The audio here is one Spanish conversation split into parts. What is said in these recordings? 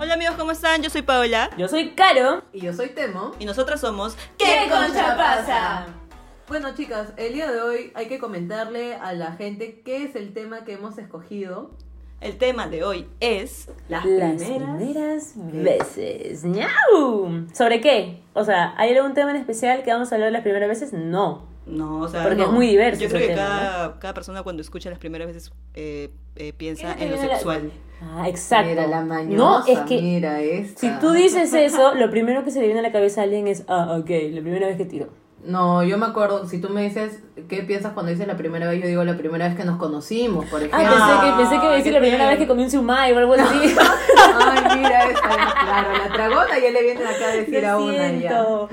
Hola amigos, ¿cómo están? Yo soy Paola. Yo soy Caro. Y yo soy Temo. Y nosotras somos... ¿Qué concha pasa? Bueno, chicas, el día de hoy hay que comentarle a la gente qué es el tema que hemos escogido. El tema de hoy es... Las, primeras, veces. ¡Ñau! ¿Sobre qué? O sea, ¿hay algún tema en especial que vamos a hablar las primeras veces? No. No, o sea... Porque no. es muy diverso Yo creo ese que tema, cada, cada persona cuando escucha las primeras veces eh, eh, piensa Creo que en lo viene la- sexual. Ah, exacto. Mira la mañosa, no, es que mira esta. si tú dices eso, lo primero que se le viene a la cabeza a alguien es, ah, ok, la primera vez que tiro. No, yo me acuerdo, si tú me dices, ¿qué piensas cuando dices la primera vez? Yo digo la primera vez que nos conocimos, por ejemplo. Ah, pensé que, pensé que iba a decir qué la primera pena. vez que comí un sumai o algo así. Ay, mira esta, claro, la tragona ya le viene acá a decir a Lo una ya. siento.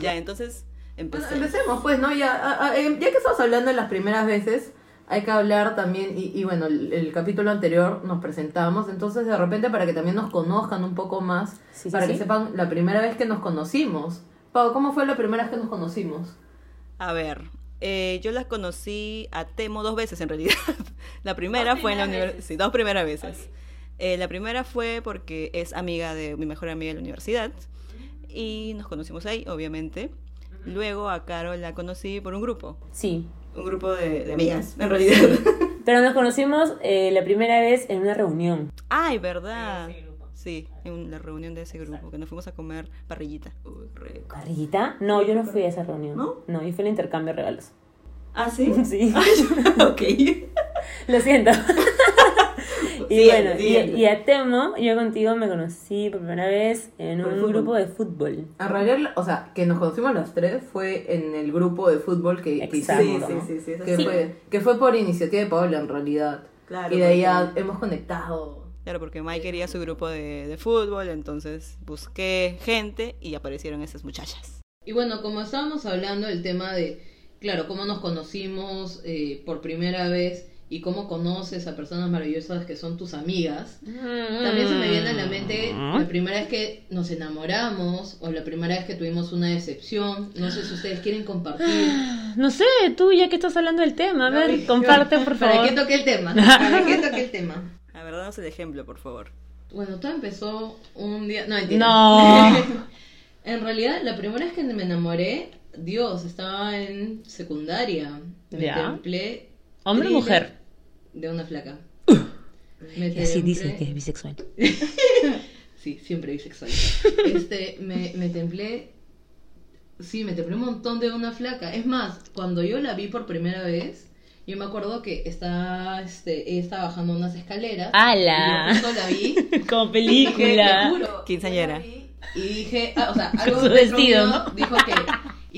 Ya, entonces Bueno, empecemos. empecemos, pues, ¿no? Ya, a- a- em, ya que estamos hablando de las primeras veces, hay que hablar también, y, y bueno, el, el capítulo anterior nos presentamos, entonces de repente para que también nos conozcan un poco más, Sí, sí, para que sí. sepan la primera vez que nos conocimos. Pau, ¿cómo fue la primera vez que nos conocimos? A ver, eh, yo las conocí a Temo dos veces en realidad. La primera fue en la universidad. Sí, dos primeras veces. Eh, la primera fue porque es amiga de mi mejor amiga de la universidad y nos conocimos ahí, obviamente. Luego a Carol la conocí por un grupo, Sí, un grupo de, de amigas, en realidad. pero nos conocimos eh, la primera vez en una reunión. Ay, ¿verdad? Sí, en la reunión de ese grupo, que nos fuimos a comer parrillita. Uy, rico. ¿Carrillita? No, yo no fui a esa reunión. ¿No? No, yo fui al intercambio de regalos. ¿Ah, sí? Sí. ok. Lo siento. y Sí, bueno, y, entiendo. y a Temo, yo contigo me conocí por primera vez en Por el un fútbol. grupo de fútbol. En realidad, o sea, que nos conocimos las tres fue en el grupo de fútbol que, que Exacto. hicimos. Sí, ¿no? sí, sí, sí, que, sí. Fue, que fue por iniciativa de Paola, en realidad. Claro, y de ahí porque- ya hemos conectado. Claro, porque Mike quería su grupo de, de fútbol, entonces busqué gente y aparecieron esas muchachas. Y bueno, como estábamos hablando del tema de, claro, cómo nos conocimos eh, por primera vez y cómo conoces a personas maravillosas que son tus amigas, también se me viene a la mente Mm. la primera vez que nos enamoramos o la primera vez que tuvimos una decepción. No sé si ustedes quieren compartir. Ah, No sé, tú ya que estás hablando del tema, a ver, comparte por ¿Para favor. qué toqué el tema? ¿Para qué toqué el tema? La verdad, danos el ejemplo, por favor. Bueno, todo empezó un día... No, mentira. No. En realidad, la primera vez que me enamoré, Dios, estaba en secundaria. Me Ya. templé. ¿Hombre o thriller mujer? De una flaca. Me Y así dicen templé- que es bisexual. Sí, siempre bisexual. Este, me, me templé. Sí, me templé un montón de una flaca. Es más, cuando yo la vi por primera vez, yo me acuerdo que estaba, este, ella estaba bajando unas escaleras. ¡Hala! Y yo justo la vi. Como Y dije, te película. juro, Quinceañera. yo la vi Y dije, ah, o sea, algo su dentro vestido, mío ¿no? dijo que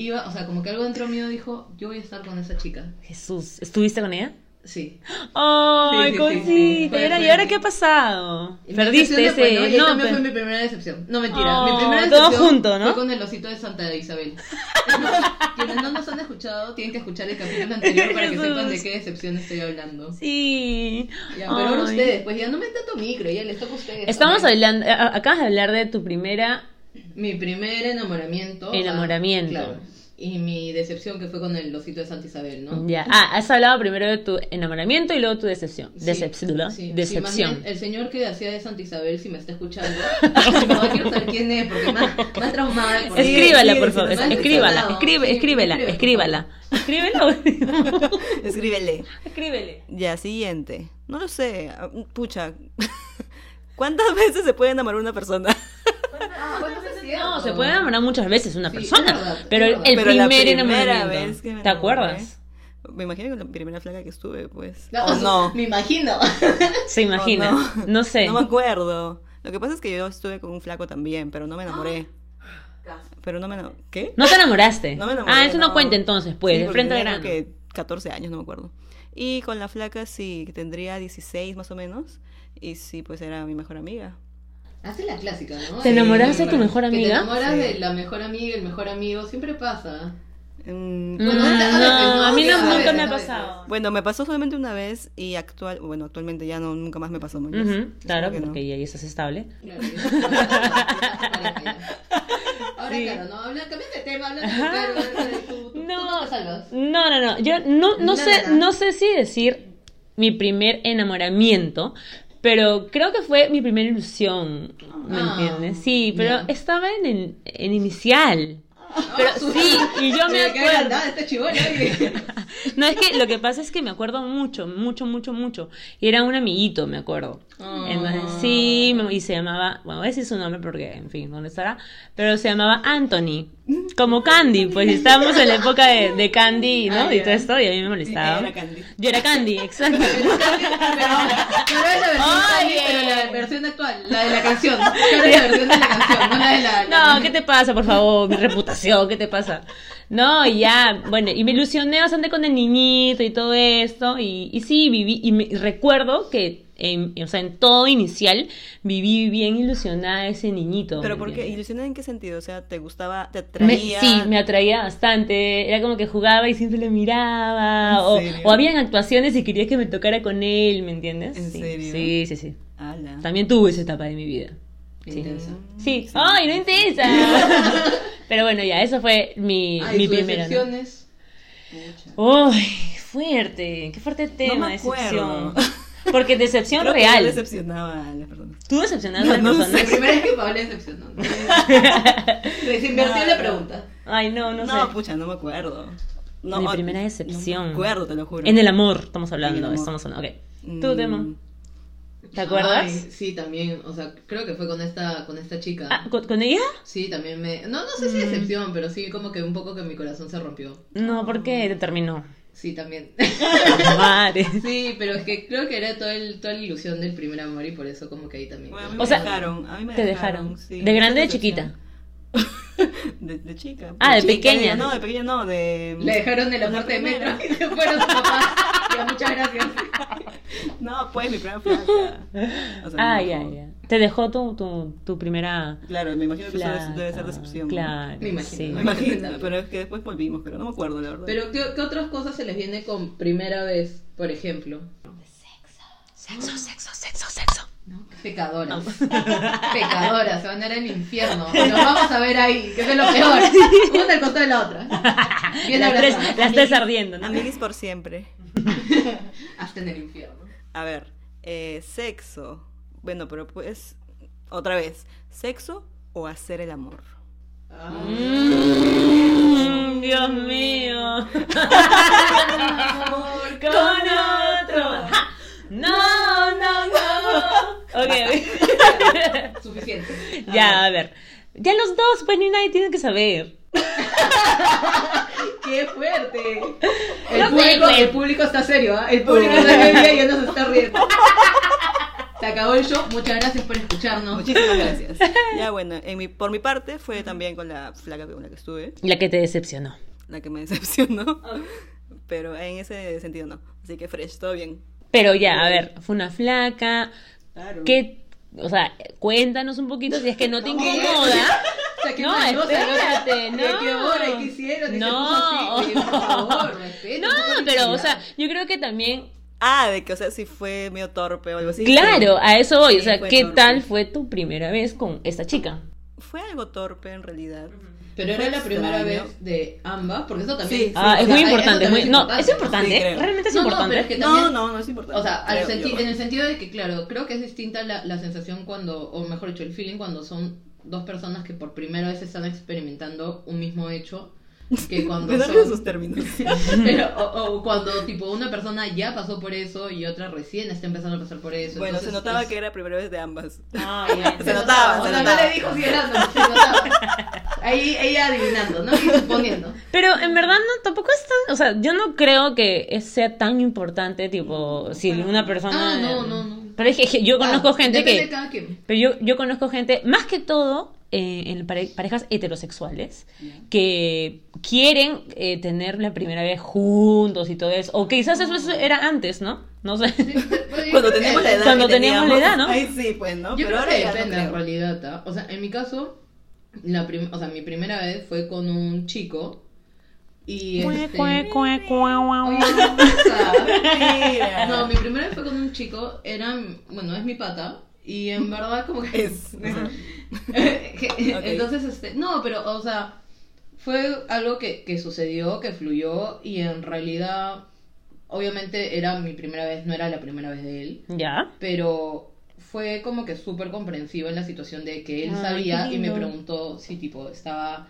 iba, o sea, como que algo dentro mío dijo, yo voy a estar con esa chica. Jesús, ¿estuviste con ella? Sí. Sí, ¡Ay, sí, cosita! sí. Fue- ¿Y ahora- fue- ¿Y ahora qué ha pasado? Y mi Perdiste decepción después, ¿no? ese. Y ahí también pe- fue mi primera decepción. No, mentira. mi Oh, primera todo decepción junto, ¿no? fue con el osito de Santa Isabel. Quienes no nos han escuchado tienen que escuchar el capítulo anterior para que Jesús. sepan de qué decepción estoy hablando. Sí. Ya, pero ahora Ay. ustedes, pues ya no me tanto micro, ya les toca a ustedes. Estamos Ay, hablando, a- a- acabas de hablar de tu primera Mi primer enamoramiento. o sea, Enamoramiento. claro. Y mi decepción que fue con el osito de Santa Isabel, ¿no? Ya, ah, has hablado primero de tu enamoramiento y luego tu decepción. Sí, Decepción. ¿verdad? sí, sí, más Decepción. bien, eh, el señor que hacía de Santa Isabel, si me está escuchando, no quiero saber quién es, porque más, más traumada. de por vida. escríbala, sí, por sí, favor. sí, sí, escríbala, sí, escribe- sí, escríbela, sí, sí, escríbala. Escríbela. Escríbele. Escríbele. Ya, siguiente. No lo sé. ah, Pucha. ¿Cuántas veces se puede enamorar una persona? Ah, bueno, eso es cierto. No, se puede enamorar muchas veces una Sí, persona, es verdad, pero es el, verdad. el Pero la primer primera enamoramiento. vez que me ¿Te enamoré. acuerdas? Me imagino que la primera flaca que estuve, pues. No, ¿O no? Me imagino. Se imagina. ¿O no. sé. Oh, No me acuerdo. Lo que pasa es que yo estuve con un flaco también, pero no me enamoré. Pero no me enamoré. ¿Qué? No te enamoraste. No me enamoré, ah, eso no, cuenta entonces, pues, Sí, de porque frente al tenía grano. creo que 14 años, no me acuerdo. Y con la flaca sí, que tendría 16 más o menos. Y sí, pues era mi mejor amiga. Hace la clásica, ¿no? ¿Te enamoraste de tu mejor Que te amiga? enamoras Sí. de la mejor amiga, el mejor amigo, siempre pasa. Mm, Mm, Bueno, a veces, no, a mí no- a veces, nunca me a ha veces. pasado. Bueno, me pasó solamente una vez y actual, bueno, actualmente ya no, nunca más me pasó. ¿me entiendes? Ujú, claro, Espero que no. porque ahí estás estable. Claro, yo- Ahora, Sí. claro, no, habla, cambia de tema, habla de tu perro, de tu- tú no te salvas. No, no, no. Yo no, no No, sé, no, no. no sé si decir mi primer enamoramiento, Pero creo que fue mi primera ilusión, ¿me Ah, entiendes? Sí, pero ya. estaba en, en, en inicial. Pero sí, y yo me qué acuerdo. agrandada esta chibola, ¿eh? oye. No, es que lo que pasa es que me acuerdo mucho, mucho, mucho, mucho. Y era un amiguito, me acuerdo. Ah. Entonces, sí, me- y se llamaba, bueno, voy a decir su nombre porque, en fin, ¿dónde estará? Pero se llamaba Anthony, como Candy, pues estábamos en la época de, de Candy, ¿no? Ah, y ya. todo esto, y a mí me molestaba. Era Candy. Yo era Candy, exacto. Pero es la versión Candy, Oye. pero la versión actual, la de la canción. Claro, es la versión de la canción, no la de la. la- eh. No, ¿qué te pasa, por favor? Mi reputación, ¿qué te pasa? No, y ya, bueno, y me ilusioné bastante con el niñito y todo esto, y, y sí, viví, y, me- y recuerdo que, en, o sea, en todo inicial, viví bien ilusionada de ese niñito. Pero ¿me porque entiendes? ilusionada en qué sentido, o sea, te gustaba, te Me- atraía. sí, me atraía bastante, era como que jugaba y siempre lo miraba, o, ¿En serio? o habían actuaciones y quería que me tocara con él, ¿me entiendes? ¿En sí, serio? sí, sí, sí. Ala. También tuve esa etapa de mi vida. Sí. Intensa. Sí. ¡Ay, no interesa! Pero bueno, ya, eso fue mi, Ay, mi tus primera. ¿no? decepciones. Pucha. ¡Uy! Fuerte. Qué fuerte tema, me decepción. acuerdo. Porque decepción Creo que yo real. decepcionaba a las personas. Tú decepcionaste a No, las no La personas. primera es que Paola decepcionó. Desinvertí en la pregunta. Ay, no, no, No, pues, sé. pucha, no me acuerdo. No, Mi o- primera no decepción. me acuerdo, te lo juro. En el amor estamos hablando. En el amor. Estamos hablando. Ok. Mm, Tu tema. ¿Te acuerdas? Ay, sí, también. O sea, creo que fue con esta, con esta chica. Ah, ¿con, con ella? Sí, también me. No, no sé si decepción, pero sí, como que un poco que mi corazón se rompió. No, porque te terminó. Sí, también. Madre. sí, pero es que creo que era todo el, toda la ilusión del primer amor y por eso, como que ahí también. Bueno, a mí O me sea, dejaron. A mí me Te dejaron. sí. ¿De grande o de Decepción. chiquita? De, de chica. Ah, de chica, pequeña. No, de pequeña no, de... Le dejaron Con el la amor de metro primera. y se fueron sus papás. Ya, muchas gracias. No, pues mi primera flaca. O sea, Ay, no. ay, ay. Te dejó tu, tu, tu primera. Claro, me imagino que eso Claro, debe- debe ser decepción. Claro. Me imagino. sí. Me imagino, pero es que después volvimos, pero no me acuerdo, la verdad. Pero, ¿qué, qué otras cosas se les viene con primera vez, por ejemplo? Sexo, sexo, sexo, sexo. ¿No? Pecadoras. Pecadoras, se van a ir al infierno. Nos vamos a ver ahí, que eso es lo peor. Una al costado de la otra. Bien Las tres, abrazadas. las tres ardiendo, ¿no? Amiguis por siempre. Hasta en el infierno. A ver, eh, sexo. Bueno, pero pues, otra vez, sexo o hacer el amor. Mm, Dios mío. Amor con otro. Ja. No, no, no. Ok, ok. Suficiente. ya, a ver. Ya los dos, pues ni nadie tiene que saber. ¡Qué fuerte! El, No sé, público, güey. el público está serio, ¿ah? El público está serio y ya nos está riendo. Se acabó el show. Muchas gracias por escucharnos. Muchísimas gracias. Ya bueno, en mi, por mi parte fue también con la flaca con la que estuve, La que te decepcionó. la que me decepcionó. Pero en ese sentido no. Así que fresh, todo bien. Pero ya, a ver, fue una flaca. Claro. ¿Qué? O sea, cuéntanos un poquito si es que no te No, incomoda. O sea, que No, una cosa, espérate, ¿De qué no. hora y qué hicieron? Y se No. puso así. Oye, por favor, respeta, No, un poco de pero, o dignidad. sea, yo creo que también Ah, de que, o sea, si fue medio torpe o algo así. Claro, a eso voy. O Sí, sea, fue ¿qué torpe. tal fue tu primera vez con esta chica? pero Fue algo torpe en realidad. Pero Fue era la primera extraño. vez de ambas, porque eso también. Sí, Ah, o es sea, muy eso importante. también muy- No, es Sí, importante. creo. Realmente es No, no, pero es importante. que No, también- no, no es importante. O sea, al creo senti- yo. en el sentido de que, claro, creo que es distinta la, la sensación cuando, o mejor dicho, el feeling cuando son dos personas que por primera vez están experimentando un mismo hecho que cuando Me dan son... esos términos. Pero, o, o cuando, tipo, una persona ya pasó por eso y otra recién está empezando a pasar por eso. Bueno, se entonces notaba es- que era primera vez de ambas. Se se notaba, notaba, o se sea, no notaba. le dijo si era no, se notaba. Ahí ella adivinando, ¿no? Y suponiendo. Pero en verdad no, tampoco es tan, o sea, yo no creo que es- sea tan importante, tipo, si una persona... Ah, no, no, no. Pero es que- que yo conozco Ah, gente depende que... de cada quien. Pero yo, yo conozco gente, más que todo, eh, en pare- parejas heterosexuales, que quieren eh, tener la primera vez juntos y todo eso. O quizás eso, eso era antes, ¿no? No sé. Bueno, yo Cuando creo que- teníamos la edad. Cuando que teníamos la edad, ¿no? Ay, sí, pues, ¿no? Yo Pero creo ahora que ya no depende creo. en realidad. ¿ah? O sea, en mi caso, la prim- o sea, mi primera vez fue con un chico. Y este... Cue, cue, cue, guau, Oye, guau. o sea, Mira. No, mi primera vez fue con un chico, era, bueno, es mi pata, y en verdad como que... Es. Ajá. Entonces, este, no, pero, o sea, fue algo que, que sucedió, que fluyó, y en realidad Obviamente era mi primera vez, no era la primera vez de él, ¿Ya? pero fue como que súper comprensivo en la situación de que él Ay, sabía qué y me lindo. preguntó si tipo estaba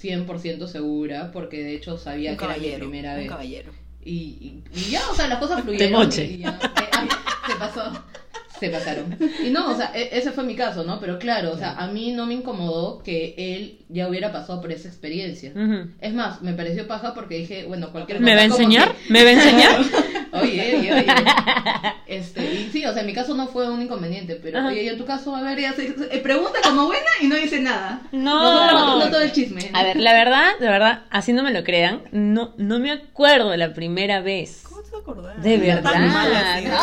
100% segura porque de hecho sabía Un que era mi caballero. primera Un vez. caballero. Y, y- y ya, o sea, las cosas fluyeron. moche. y ya. Eh, ay, se pasó. Se pasaron. Y no, o sea, e- ese fue mi caso, ¿no? Pero claro, o sea, a mí no me incomodó que él ya hubiera pasado por esa experiencia. Ujú. Es más, me pareció paja porque dije, bueno, cualquier Mm. ¿Me va a como enseñar? que- ¿Me va a enseñar? Oye, oye, oye. Este, y sí, o sea, en mi caso no fue un inconveniente, pero Ajá. oye, y en tu caso, a ver, ella se, se- eh, pregunta como buena y no dice nada. No. No todo el chisme. A ver, la verdad, la verdad, así no me lo crean, no, no me acuerdo de la primera vez. ¿Cómo te acordás? De Ya verdad. Tan mal ha sido.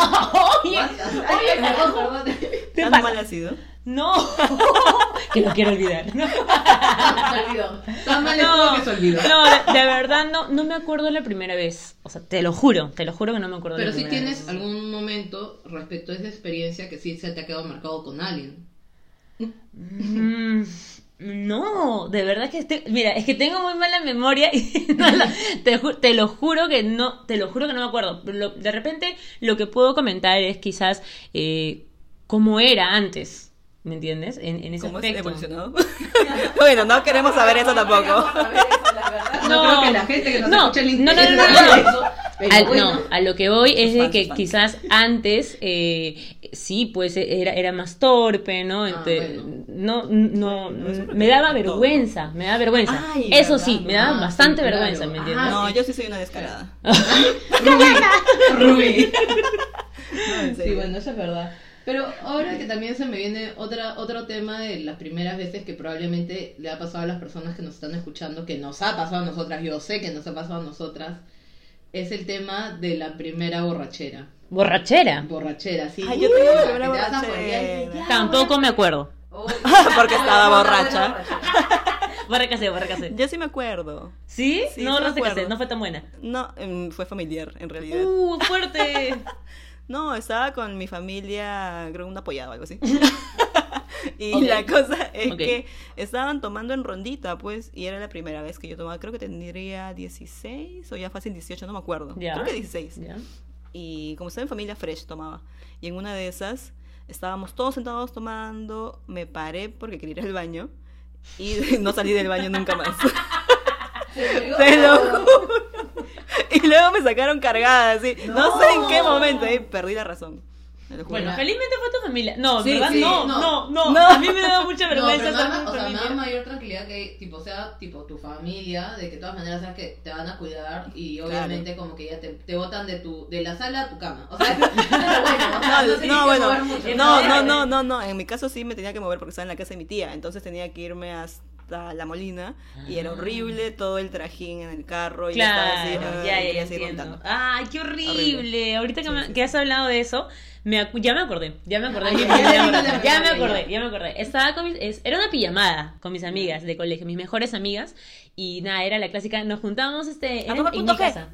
Oye, Ay, perdón, perdón. ¿Te Tan pasa? mal ha sido. no. que lo quiero olvidar. No, Se olvidó. Tan mal estuvo que se olvidó. Ah, no, de, de verdad no, no me acuerdo de la primera vez. O sea, te lo juro, te lo juro que no me acuerdo de Pero la si primera tienes vez. algún momento respecto a esa experiencia que sí se te ha quedado marcado con alguien. Mm, No, de verdad que este- mira, es que tengo muy mala memoria y no la- te, ju- te lo juro que no, te lo juro que no me acuerdo. Lo- de repente lo que puedo comentar es quizás eh, cómo era antes, ¿me entiendes? En, en ese ¿Cómo has aspecto. evolucionado? bueno, no queremos saber eso tampoco. No, No. creo que la gente que nos No. escucha le No, no, no, interese no, no. eso, pero Al- bueno. No, a lo que voy es de Fans, que fans. quizás antes eh, sí, pues era, era más torpe, ¿no? Ah, Ente- bueno. No, no, Bueno, eso es lo me que daba tiene todo. vergüenza, me daba vergüenza. Ay, Eso verdad, sí, me daba ah, bastante sí, claro. vergüenza, ¿me entiendes? Ah, No, sí. yo sí soy una descarada. Rubí. No, en Sí, serio. bueno, eso es verdad. Pero ahora que también se me viene otra, otro tema de las primeras veces que probablemente le ha pasado a las personas que nos están escuchando, que nos ha pasado a nosotras, yo sé que nos ha pasado a nosotras, es el tema de la primera borrachera. Borrachera. Borrachera, sí. Ay, yo tengo mi Uh, primera te vas a borrachera. follar y dices, ya, Tampoco me acuerdo. borracha. Porque estaba Bueno, borracha. bueno, Barracase, barracase. Yo sí me acuerdo. ¿Sí? Sí, no, sí me no se casé, acuerdo. no fue tan buena. No, em, fue familiar, en realidad. ¡Uh, fuerte! No, estaba con mi familia, creo un apoyado o algo así. y la cosa es Ok. que estaban tomando en rondita, pues, y era la primera vez que yo tomaba. Creo que tendría 16 o ya fácil 18, no me acuerdo. Ya. Creo que 16. Ya. Y como estaba en familia fresh, tomaba. Y en una de esas, estábamos todos sentados tomando, me paré porque quería ir al baño. Y no salí del baño nunca más. Te lo juro. Y luego me sacaron cargada, así. No, sé en qué momento. ahí perdí la razón. Te lo juro. Bueno, Bueno. felizmente fue tu familia. No, Sí, ¿verdad? sí, no, no. no, no, No. A mí me da mucha No, vergüenza pero estar nada, con o mi sea, nada familia. mayor tranquilidad que tipo sea tipo tu familia, de que de todas maneras sabes que te van a cuidar y Claro. obviamente como que ya te, te botan de tu de la sala a tu cama. O sea, bueno, o sea, No, tenés no, que bueno, mover mucho. no, no, no, no, no, en mi caso sí me tenía que mover porque estaba en la casa de mi tía, entonces tenía que irme hasta La Molina y era horrible todo el trajín en el carro y yo estaba Claro, así, ya, ah, ya, quería ya seguir entiendo. montando. Ay, qué horrible. Horrible. Ahorita que, Sí, me- sí, que has hablado de eso, me acu- ya me acordé, ya me acordé. Ay, ya, ya, me ya, acordé, ya, ya me ya, acordé, ya. ya me acordé. Estaba con mis- es- era una pijamada con mis amigas de colegio, mis mejores amigas, y nada, era la clásica, nos juntábamos este, A era tomar en punto mi G. casa.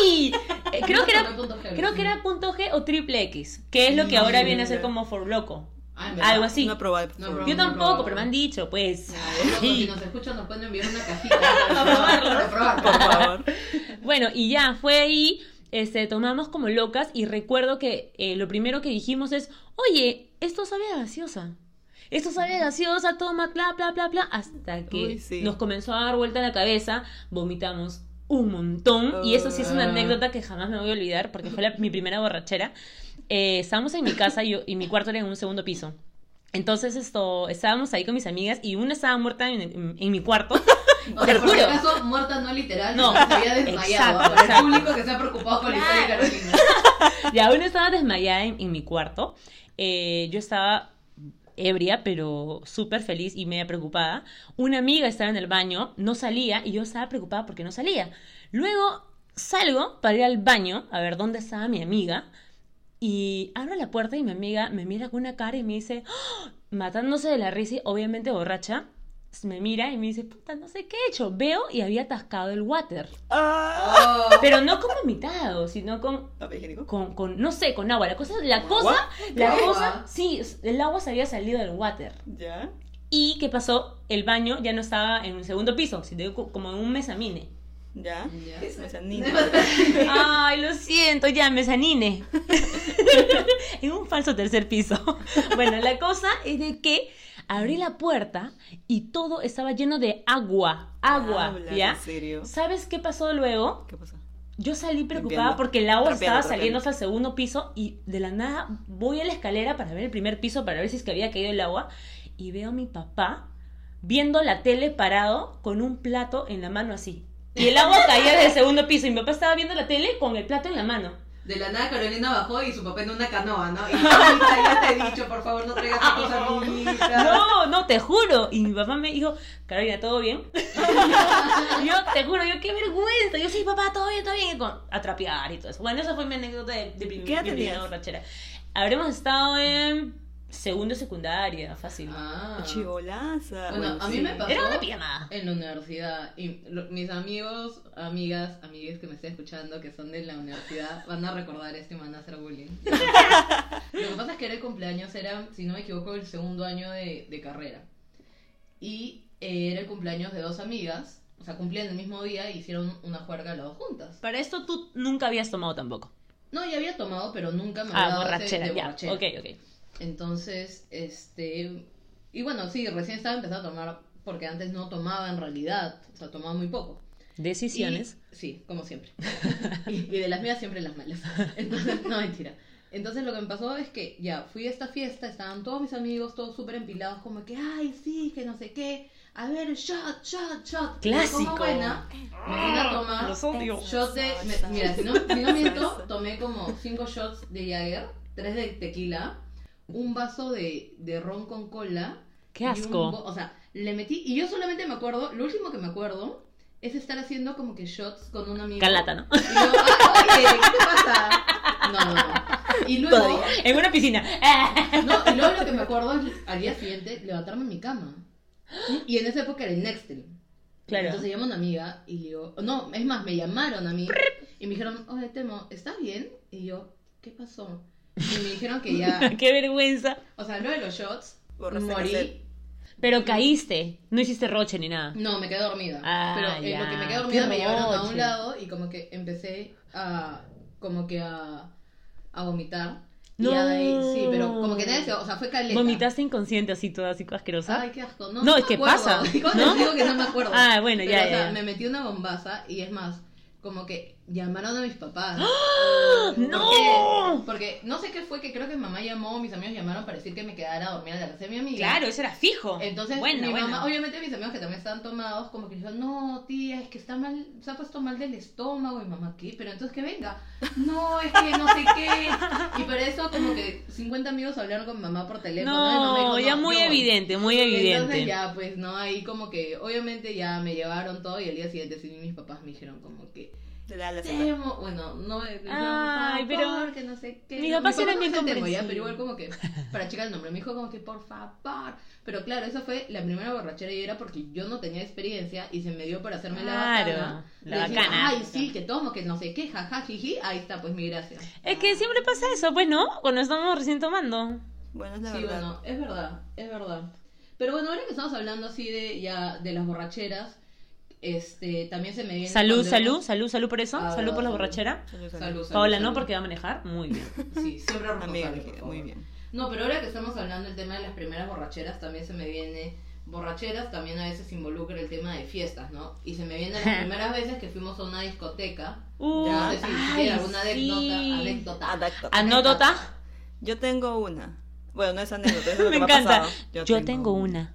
Sí, Eh, creo que era... Punto G, Creo que era punto G o triple X, que es lo que ahora viene a ser como for loco. Ay, Ah, ¿verdad? Algo así. No probaba el No fútbol. Yo probaba. tampoco, pero me han dicho, pues. Ay, loco, Si nos escuchan nos pueden enviar una cajita para probarlo. para probarlo. Por favor. Bueno, y ya, fue ahí, este, tomamos como locas y recuerdo que eh, lo primero que dijimos es, oye, esto sabe a gaseosa. Esto sabe a gaseosa, toma, bla, bla, bla, bla, hasta que Uy, sí. nos comenzó a dar vuelta la cabeza, vomitamos un montón y eso sí es una Ah. anécdota que jamás me voy a olvidar porque fue la- mi primera borrachera. Eh, estábamos en mi casa y, yo- y mi cuarto era en un segundo piso. Entonces esto, estábamos ahí con mis amigas y una estaba muerta en- en- en mi cuarto O Te sea, por si juro. acaso, muerta no literal, No. no, se había desmayado. Exacto, Para exacto. el público que se ha preocupado con la historia de Carolina. Y aún estaba desmayada en, en mi cuarto. Eh, yo estaba ebria, pero súper feliz y media preocupada. Una amiga estaba en el baño, no salía y yo estaba preocupada porque no salía. Luego salgo para ir al baño a ver dónde estaba mi amiga y abro la puerta y mi amiga me mira con una cara y me dice, ¡Ah! matándose de la risa y obviamente borracha. Me mira y me dice, puta, no sé qué he hecho. Veo y había atascado el water. Ah, Oh, Pero no con vomitado, sino con papel higiénico. con, con no sé, con agua. La cosa, la cosa, la Agua. cosa, sí, el agua se había salido del water. Ya. ¿Y qué pasó? El baño ya no estaba en un segundo piso, sino co- como en un mesamine. ¿Ya? Ya. O sea, niña. Ay, lo siento, ya me sanine. en un falso tercer piso. Bueno, la cosa es de que abrí la puerta y todo estaba lleno de agua. Agua, Habla, ¿ya? ¿En serio? ¿Sabes qué pasó luego? ¿Qué pasa? Yo salí preocupada Limpiando. porque el agua Trapeando, estaba trapeando. saliendo hasta el segundo piso y de la nada voy a la escalera para ver el primer piso para ver si es que había caído el agua y veo a mi papá viendo la tele parado con un plato en la mano así. Y el agua caía desde el segundo piso y mi papá estaba viendo la tele con el plato en la mano. De la nada Carolina bajó y su papá en una canoa, ¿no? Y "Mamita, ya te he dicho, por favor, no traigas a tus amiguitas. No, no, te juro. Y mi papá me dijo, Carolina, ¿todo bien? yo te juro, yo qué vergüenza. Yo sí, papá, todo bien, todo bien. Y con- a trapear y todo eso. Bueno, esa fue mi anécdota de, de prim- ¿Qué edad mi primera tenías? borrachera. Habremos estado en segundo secundaria, fácil. Ah. Chivolaza. Bueno, a mí sí. me pasó- Era una pijamada. En la universidad, y lo- mis amigos, amigas, amigues que me estén escuchando, que son de la universidad, van a recordar esto y me van a hacer bullying. lo que pasa es que era el cumpleaños, era, si no me equivoco, el segundo año de, de carrera. Y eh, era el cumpleaños de dos amigas, o sea, cumplían el mismo día y hicieron una juerga las dos juntas. Para esto tú nunca habías tomado tampoco. No, ya había tomado, pero nunca me había Ah, dado ese borrachera, de ya. borrachera. Ok, ok. Entonces, este. Y bueno, sí, recién estaba empezando a tomar, porque antes no tomaba en realidad, o sea, tomaba muy poco. Decisiones. Y- sí, como siempre. y, y de las mías siempre las malas. Entonces, no, mentira. Entonces lo que me pasó es que ya fui a esta fiesta, estaban todos mis amigos, todos súper empilados, como que, ay, sí, que no sé qué. A ver, shot, shot, shot. Y yo Clásico. Como buena, me vine a tomar odio. shot de... me- mira, si no, si no miento, tomé como cinco shots de Jagger, tres de tequila, un vaso de, de ron con cola. Qué y un asco. bo- o sea, le metí... Y yo solamente me acuerdo, lo último que me acuerdo es estar haciendo como que shots con un amigo. Calata, ¿no? Y yo, "Ah, oye, ¿qué te pasa? No, no, no. Y luego, Todavía. En una piscina. no, y luego lo que me acuerdo es al día siguiente levantarme en mi cama. Y en esa época era el Nextel. Claro. Entonces llamo a una amiga y le digo, no, es más, me llamaron a mí y me dijeron, oye, Temo, ¿estás bien? Y yo, ¿qué pasó? Y me dijeron que ya, qué vergüenza. o sea, luego de los shots, Borraste cassette. morí. Pero caíste. No hiciste roche ni nada. No, me quedé dormida. Ah, Pero en ya. lo que me quedé dormida Qué me llevaron a roche. un lado y como que empecé a, como que a, a vomitar. Y No. ya de ahí, sí, pero como que nadie se, o sea, fue caleta. Vomitaste inconsciente así toda así asquerosa. Ay, qué asco. No, No, es me que acuerdo. pasa, ¿Cómo ¿no? te digo que no me acuerdo? Ah, bueno, Pero, ya, o ya, sea, ya. me metí una bombaza y es más, como que llamaron a mis papás. ¿Por ¡Ah! ¡No! qué? Porque no sé qué fue, que creo que mamá llamó, mis amigos llamaron para decir que me quedara a dormir a la casa de mi amiga. Claro, eso era fijo. Entonces, Buena, mi buena. mamá, obviamente mis amigos que también estaban tomados, como que dijeron, no, tía, es que está mal, se ha puesto mal del estómago, y mamá, ¿qué? Pero entonces que venga. No, es que no sé qué. Y por eso como que 50 amigos hablaron con mamá por teléfono. y mamá dijo, No, ya "No, muy yo voy". evidente, muy evidente. Entonces ya, pues, ¿no? Ahí como que, obviamente ya me llevaron todo y al día siguiente sí mis papás me dijeron como que, Te da la sala. Temo, bueno, no me dijeron, Ay, por favor, pero- que no sé qué. mis No, papás eran no bien se Temo ya, comprensivos. pero igual como que, para checar el nombre, me dijo como que, por favor. Pero claro, esa fue la primera borrachera y era porque yo no tenía experiencia y se me dio para hacerme Claro, la bacana. la De decir, bacana. Ay, sí, que tomo, que no sé qué, jaja, jiji, ahí está, pues, mi gracia. Es que siempre pasa eso, pues no, cuando estamos recién tomando. Bueno, es la Sí, verdad. bueno, es verdad, es verdad. Pero bueno, ahora que estamos hablando así de ya de las borracheras, este también se me viene Salud, cuando- salud, salud, salud por eso, Ah, salud por la salud. borrachera. Salud, salud. Salud, salud, Paola no, salud. porque va a manejar muy bien. sí, siempre Amiga, responsable, por favor. muy bien. No, pero ahora que estamos hablando del tema de las primeras borracheras, también se me viene borracheras, también a veces involucra el tema de fiestas, ¿no? Y se me viene las primeras veces que fuimos a una discoteca. Uh, no sé si tiene ay, alguna sí. anécdota, anécdota. Adacto. Ah, Anódota, Yo tengo una. Bueno, no es anécdota, es lo me que me ha encanta. pasado. Yo, tengo una.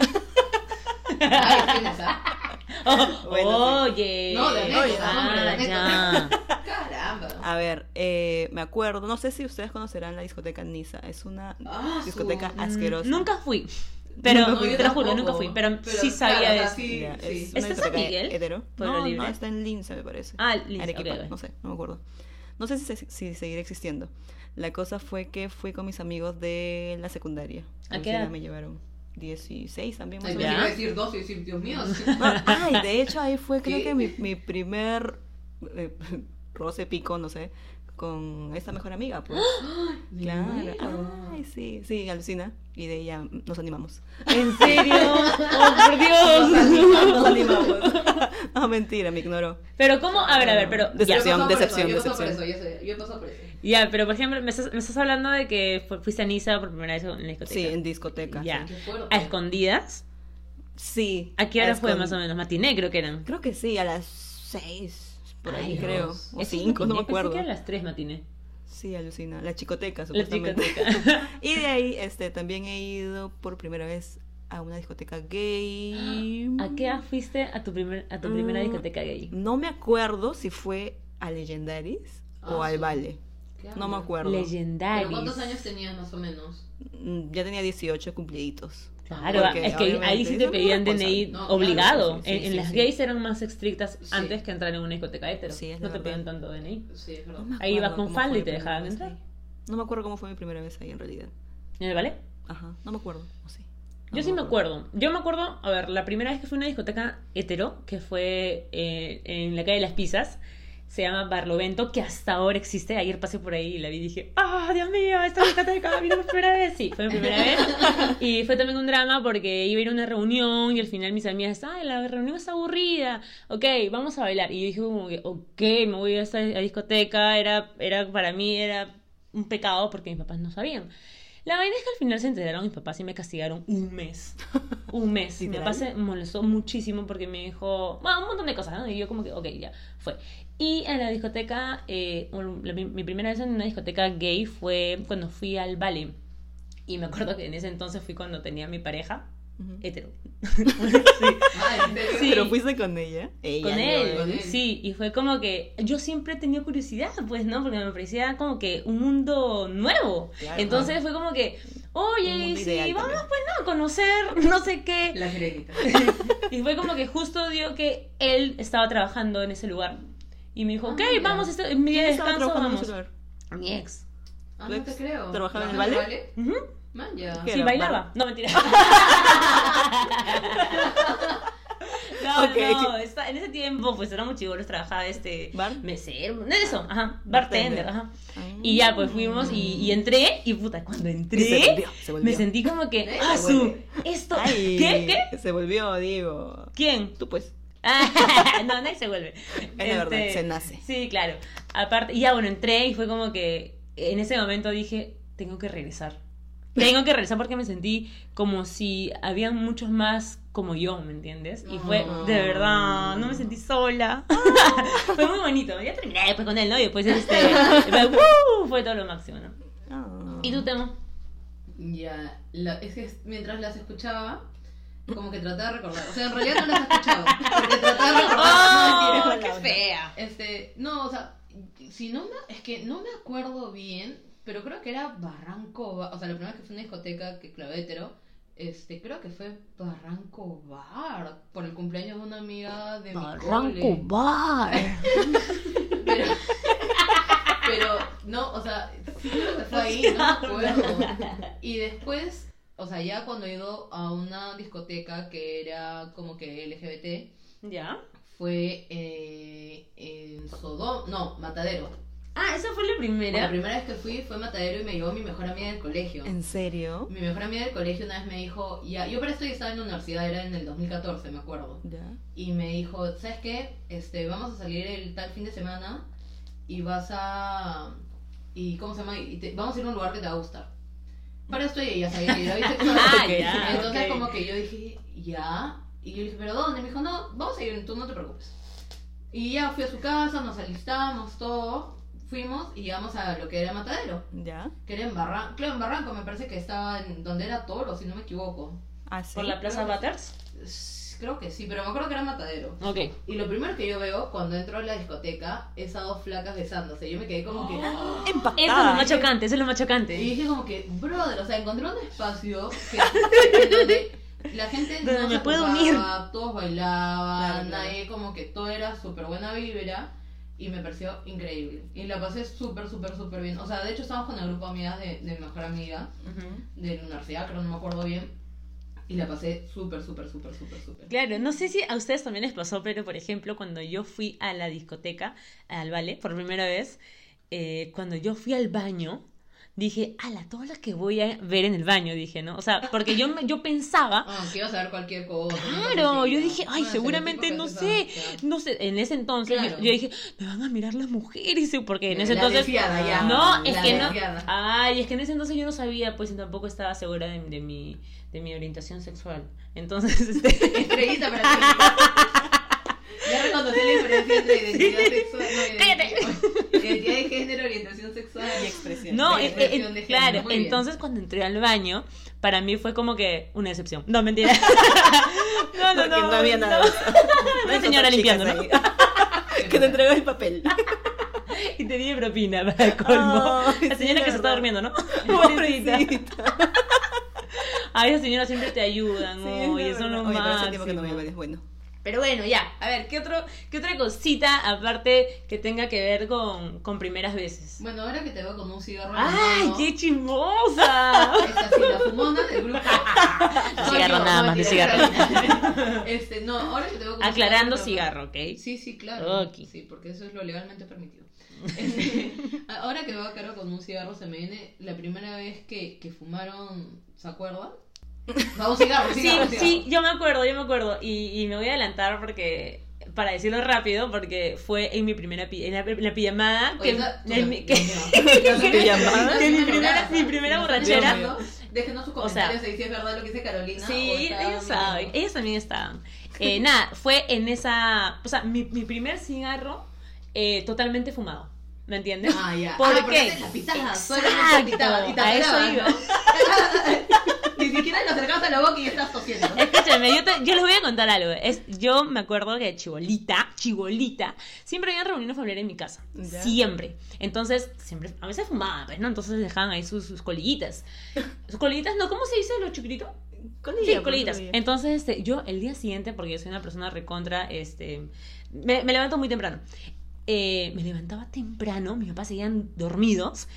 Ay, ¿quién es esa? Oh, Bueno, Oye. No, de anécdota, hombre, de Ah, ya. anécdota. Caramba. A ver, eh, me acuerdo, no sé si ustedes conocerán la discoteca Nisa, es una Ah, su- discoteca Mm, asquerosa. Nunca fui. Pero, No, yo te lo juro, tampoco. nunca fui. Pero, Pero, sí sabía claro, o de sea, eso. sí, Ya, sí. es ¿Está en una San discoteca Miguel? hetero. Pueblo no, Libre. no, está en Lince, me parece. Ah, Lince, Arequipa, ok, ok. no sé, no me acuerdo. No sé si, se- si seguirá existiendo. La cosa fue que fui con mis amigos de la secundaria. ¿A Ni qué siquiera edad? me llevaron 16 también más Ay, o me Ya. menos. iba a decir dos y decir, Dios mío. sí. No, ay, de hecho ahí fue creo ¿Qué? que mi, mi primer eh, ¡Ah! roce pico, no sé, con esta mejor amiga, pues. Me Claro. muero. Ay, ay, sí, sí, alucina. Y de ella nos animamos. ¿En serio? ¡Oh, por Nos Dios! animamos. No, mentira, me ignoró. Pero cómo, a ver, a ver, pero... ya. Decepción, Yo he pasado por decepción, eso, yo he pasado por decepción. eso, yo sé, yo he pasado por eso. Ya, pero por ejemplo, me estás, me estás hablando de que fu- fuiste a Niza por primera vez en la discoteca. Sí, en discoteca. Ya. Qué fuerte. ¿A escondidas? Sí. ¿A qué hora Es fue con- más o menos? Matiné creo que eran. Creo que sí, a las seis, por ahí Ay, creo. Dios. O ¿Eso es cinco, no me matiné? Pensé acuerdo. que eran las tres matiné. Sí, alucina. La chicoteca, La supuestamente. discoteca. Y de ahí, este, también he ido por primera vez a una discoteca gay. ¿A qué edad fuiste a tu, primer, a tu primera Mm. discoteca gay? No me acuerdo si fue a Legendaris o Ah, al sí. Vale. Qué No me hambre. acuerdo. Legendario. ¿Pero cuántos años tenías más o menos? Mm, Ya tenía 18 cumpliditos. Claro, Porque es que ahí obviamente sí te es muy pedían responsable. DNI No, claro, obligado. sí, sí, en en sí, las sí. gays eran más estrictas Sí. antes que entrar en una discoteca hetero. Sí, es la no te verdad. pedían tanto DNI. Sí, es No verdad. me Ahí acuerdo ibas con cómo fue falda mi y te primera dejaban vez entrar. ahí. No me acuerdo cómo fue mi primera vez ahí en realidad. ¿En el ballet? Ajá, no me acuerdo. o sí. No, Yo sí no me acuerdo. Yo me acuerdo, a ver, la primera vez que fui a una discoteca hetero, que fue eh, en la calle de las Pisas, se llama Barlovento, que hasta ahora existe. Ayer pasé por ahí y la vi y dije, ¡Ah, Dios mío! Esta discoteca vino por primera vez. Sí, fue mi primera vez. Y fue también un drama porque iba a ir a una reunión y al final mis amigas, ¡Ay, la reunión está aburrida! Ok, vamos a bailar. Y yo dije como que, ok, me voy a esta a discoteca. Era, era, para mí era un pecado porque mis papás no sabían. La vaina es que al final se enteraron mis papás y me castigaron un mes. Un mes. Mi papá se molestó muchísimo porque me dijo, bueno, un montón de cosas, ¿no? Y yo como que, ok, ya, fue. Y en la discoteca, eh, un- la- mi, mi primera vez en una discoteca gay fue cuando fui al Vale. Y me acuerdo que en ese entonces fui cuando tenía mi pareja Ujú. hetero. Ah, ¿en serio? Sí. ¿Pero fuiste con ella? Ella con no, él, ¿eh? con él. sí, y fue como que yo siempre he tenido curiosidad, pues, ¿no? Porque me parecía como que un mundo nuevo. Claro. Entonces fue como que, Un oye, mundo sí, ideal vamos también. pues, ¿no? A conocer, no sé qué. La sirenita. Y fue como que justo dio que él estaba trabajando en ese lugar. Y me dijo, Ah, ok, mira. vamos, esto, en mi día de ¿Quién estaba descanso, trabajando en vamos. ese lugar? Mi ex. ¿Tu Ah, Pues, no ex te creo. trabajaba en el ¿Trabajaba ballet? Ujú. Man, ya. ¿Qué Sí, era? bailaba. No, mentira. No, Ok. no, esta- en ese tiempo pues éramos chivolos, trabajaba este ¿Bar? mesero, no eso, ajá, bartender, Bartender. ajá. Ah. Y ya pues fuimos y, y entré y puta, cuando Y Se entré volvió, se volvió. me sentí como que, Eh, ah, se su, vuelve. esto, Ay, ¿qué? ¿Qué? Se volvió, digo. ¿Quién? Tú pues. Ah, no, nadie se vuelve. Este, la verdad, se nace. Sí, claro. Aparte, y ya bueno, entré y fue como que en ese momento dije, tengo que regresar. Tengo que regresar porque me sentí como si habían muchos más como yo, ¿me entiendes? Y fue, Ah. de verdad, no me sentí sola. fue muy bonito. Ya terminé después con él, ¿no? Y después este, fue, "Woo", fue todo lo máximo, ¿no? Ah. ¿Y tú, Temo? Ya, la- es que mientras las escuchaba, como que trataba de recordar. O sea, en realidad no las escuchaba. Porque trataba de recordar. ¡Oh, No, qué fea! Este, no, o sea, si no me, es que no me acuerdo bien, pero creo que era Barranco, Ba- o sea, la primera vez que fue a una discoteca que claro, hétero, este, creo que fue Barranco Bar, por el cumpleaños de una amiga Ah. de mi cole. bar. Pero, pero, no, o sea, sí creo que fue ahí, no me acuerdo. Y después, o sea, ya cuando he ido a una discoteca que era como que LGBT, ¿Ya? fue eh, en Sodom, no, Matadero. Ah, esa fue la La primera. primera vez que fui fue Matadero y me llevó mi mejor amiga del colegio. ¿En serio? Mi mejor amiga del colegio una vez me dijo, ya, yo para esto ya estaba en la universidad, era en el 2014, me acuerdo. Ya. Y me dijo, ¿sabes qué? Este, vamos a salir el tal fin de semana y vas a... ¿Y cómo se llama? Y te- vamos a ir a un lugar que te va a gustar. Para esto ella sabía que yo había sexual. Ah, Ok. ya, Entonces ok. como que yo dije, ya. Y yo le dije, ¿pero dónde? Me dijo, no, vamos a ir, tú no te preocupes. Y ya fui a su casa, nos alistamos, todo. Fuimos y llegamos a lo que era Matadero. Ya. Que era en Barranco. Claro, en Barranco me parece que estaba en donde era Toro, si no me equivoco. Ah, sí. ¿Por la Plaza Butters? S- Creo que sí, pero me acuerdo que era Matadero. Ok. Y lo primero que yo veo cuando entro a la discoteca es a dos flacas besándose. Yo me quedé como que... Eso es lo Empactada. más chocante, eso es lo más Y chocante. dije como que, brother, o sea, encontré un espacio que, en donde la gente Donde no me se puedo ocupaba, todos bailaban, Claro, claro. nadie como que todo era súper buena vibra y me pareció increíble. Y la pasé súper, súper, súper bien. O sea, de hecho estábamos con el grupo de amigas de, de mejor amiga de la universidad, creo, no me acuerdo bien. Y la pasé súper, súper, súper, súper, súper. Claro, no sé si a ustedes también les pasó, pero por ejemplo, cuando yo fui a la discoteca, al vale, por primera vez, eh, cuando yo fui al baño, dije, ala, todas las que voy a ver en el baño, dije, ¿no? O sea, porque yo, me- yo pensaba, Ah, quiero saber cualquier cosa. Claro, yo dije, ay, seguramente no sé, no sé, en ese entonces Claro. yo, yo dije, me van a mirar las mujeres, porque en La ese entonces desviada ya, no, la es que no, desviada. ay, es que en ese entonces yo no sabía, pues, y tampoco estaba segura de, de mi de mi orientación sexual, entonces, este, Estrellita para ti. Ya reconocí la diferencia entre identidad sexual no, identidad, identidad de género, orientación sexual Y expresión. no, de es que, expresión en- de género, claro, muy bien. entonces cuando entré al baño, para mí fue como que una excepción, no mentira, no, no, Porque no, no había nada de eso. No hay señora otras chicas limpiando, ¿no? ahí. que te entregó el papel. y te di propina para el colmo, Ay, la sí, señora la que se está verdad. durmiendo, ¿no? Pobrecita. Pobrecita. A esas señoras siempre te ayudan, Sí, ¿no? y es eso la no verdad. Oye, pero hace tiempo que no voy a ver, máximo. es bueno. Pero bueno, ya, a ver, ¿qué, otro, ¿qué otra cosita aparte que tenga que ver con, con primeras veces? Bueno, ahora que te veo con un cigarro. en la ¡Ay, mano, qué chimosa! Es así, la fumona del grupo. Soy cigarro yo, nada más, de mentira. Este, no, ahora que te veo con un Aclarando pero- cigarro, ¿ok? Sí, sí, claro. Ok. Sí, porque eso es lo legalmente permitido. Este, ahora que veo a Caro con un cigarro, se me viene la primera vez que, que fumaron, ¿se acuerda? No, un cigarro, un Sí, cigarro, un cigarro. sí, yo me acuerdo, yo me acuerdo. Y, y me voy a adelantar porque. Para decirlo rápido, porque fue en mi primera pi- en la, en la pijamada que, Oye, no, en mi- que- llamada? que mi primera, mi primera borrachera mío. Déjenos sus O sea, comentarios ahí si es verdad lo que dice Carolina. Sí, o ellos está ellos mintiendo. saben, ellos también estaban. Eh, nada, fue en esa, o sea, mi, mi primer cigarro eh, totalmente fumado, ¿me entiendes? Ah, ya. ¿Por Ah, qué? porque haces la pitada, solamente la pitada, y te a eso apagaban, iba. ¿no? Ni siquiera lo acercabas a la boca y estás tosiendo. Escúchame, yo, te- yo les voy a contar algo. Es, yo me acuerdo que chibolita, chibolita, siempre habían reuniones familiares en mi casa. Ya. Siempre. Entonces, siempre, a veces fumaba, pues, ¿no? Entonces dejaban ahí sus, sus colillitas. Sus colillitas, ¿no? ¿Cómo se dice los chiquititos? Sí, colitas. Entonces, este, yo el día siguiente, porque yo soy una persona recontra, este, me, me levanto muy temprano. Eh, me levantaba temprano, mis papás seguían dormidos,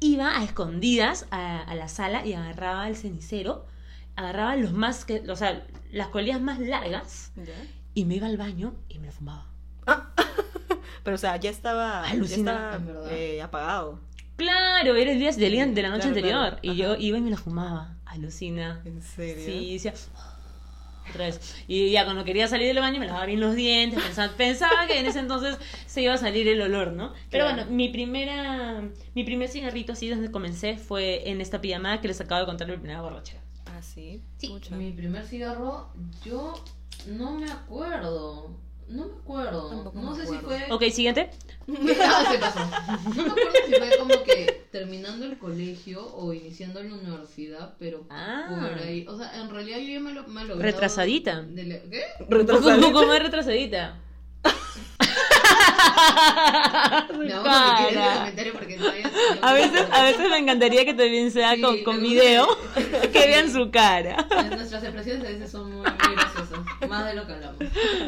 iba a escondidas a, a la sala y agarraba el cenicero, agarraba los más que, o sea, las colillas más largas ¿Ya? y me iba al baño y me lo fumaba. Pero, o sea, ya estaba, ya Alucina, estaba, en verdad. eh, apagado. Claro, era el día del día- de la noche Claro, claro. anterior y yo iba y me lo fumaba. Alucina. ¿En serio? Sí, decía. "Ah", Otra vez. Y ya cuando quería salir del baño me lavaba bien los dientes. Pensaba, pensaba que en ese entonces se iba a salir el olor, ¿no? Pero Claro. bueno, mi primera mi primer cigarrito así desde que comencé fue en esta pijamada que les acabo de contar mi primera borrachera. Ah, sí. Sí. Pucha. Mi primer cigarro, yo no me acuerdo. No me acuerdo. Tampoco no me sé acuerdo. si fue. Ok, siguiente. Ah, se pasó. No me acuerdo si fue como que terminando el colegio o iniciando la universidad, pero Ah. por ahí. O sea, en realidad yo ya me lo. Me lo Retrasadita. de la- ¿Qué? Un Retrasadito. poco más retrasadita. Me Su vamos a omitir ese cara. comentario porque no había- A veces, a veces me encantaría que también sea Sí, con, con me video, gusta. que vean su cara. Pues Nuestras expresiones a veces son muy, muy graciosas, más de lo que hablamos.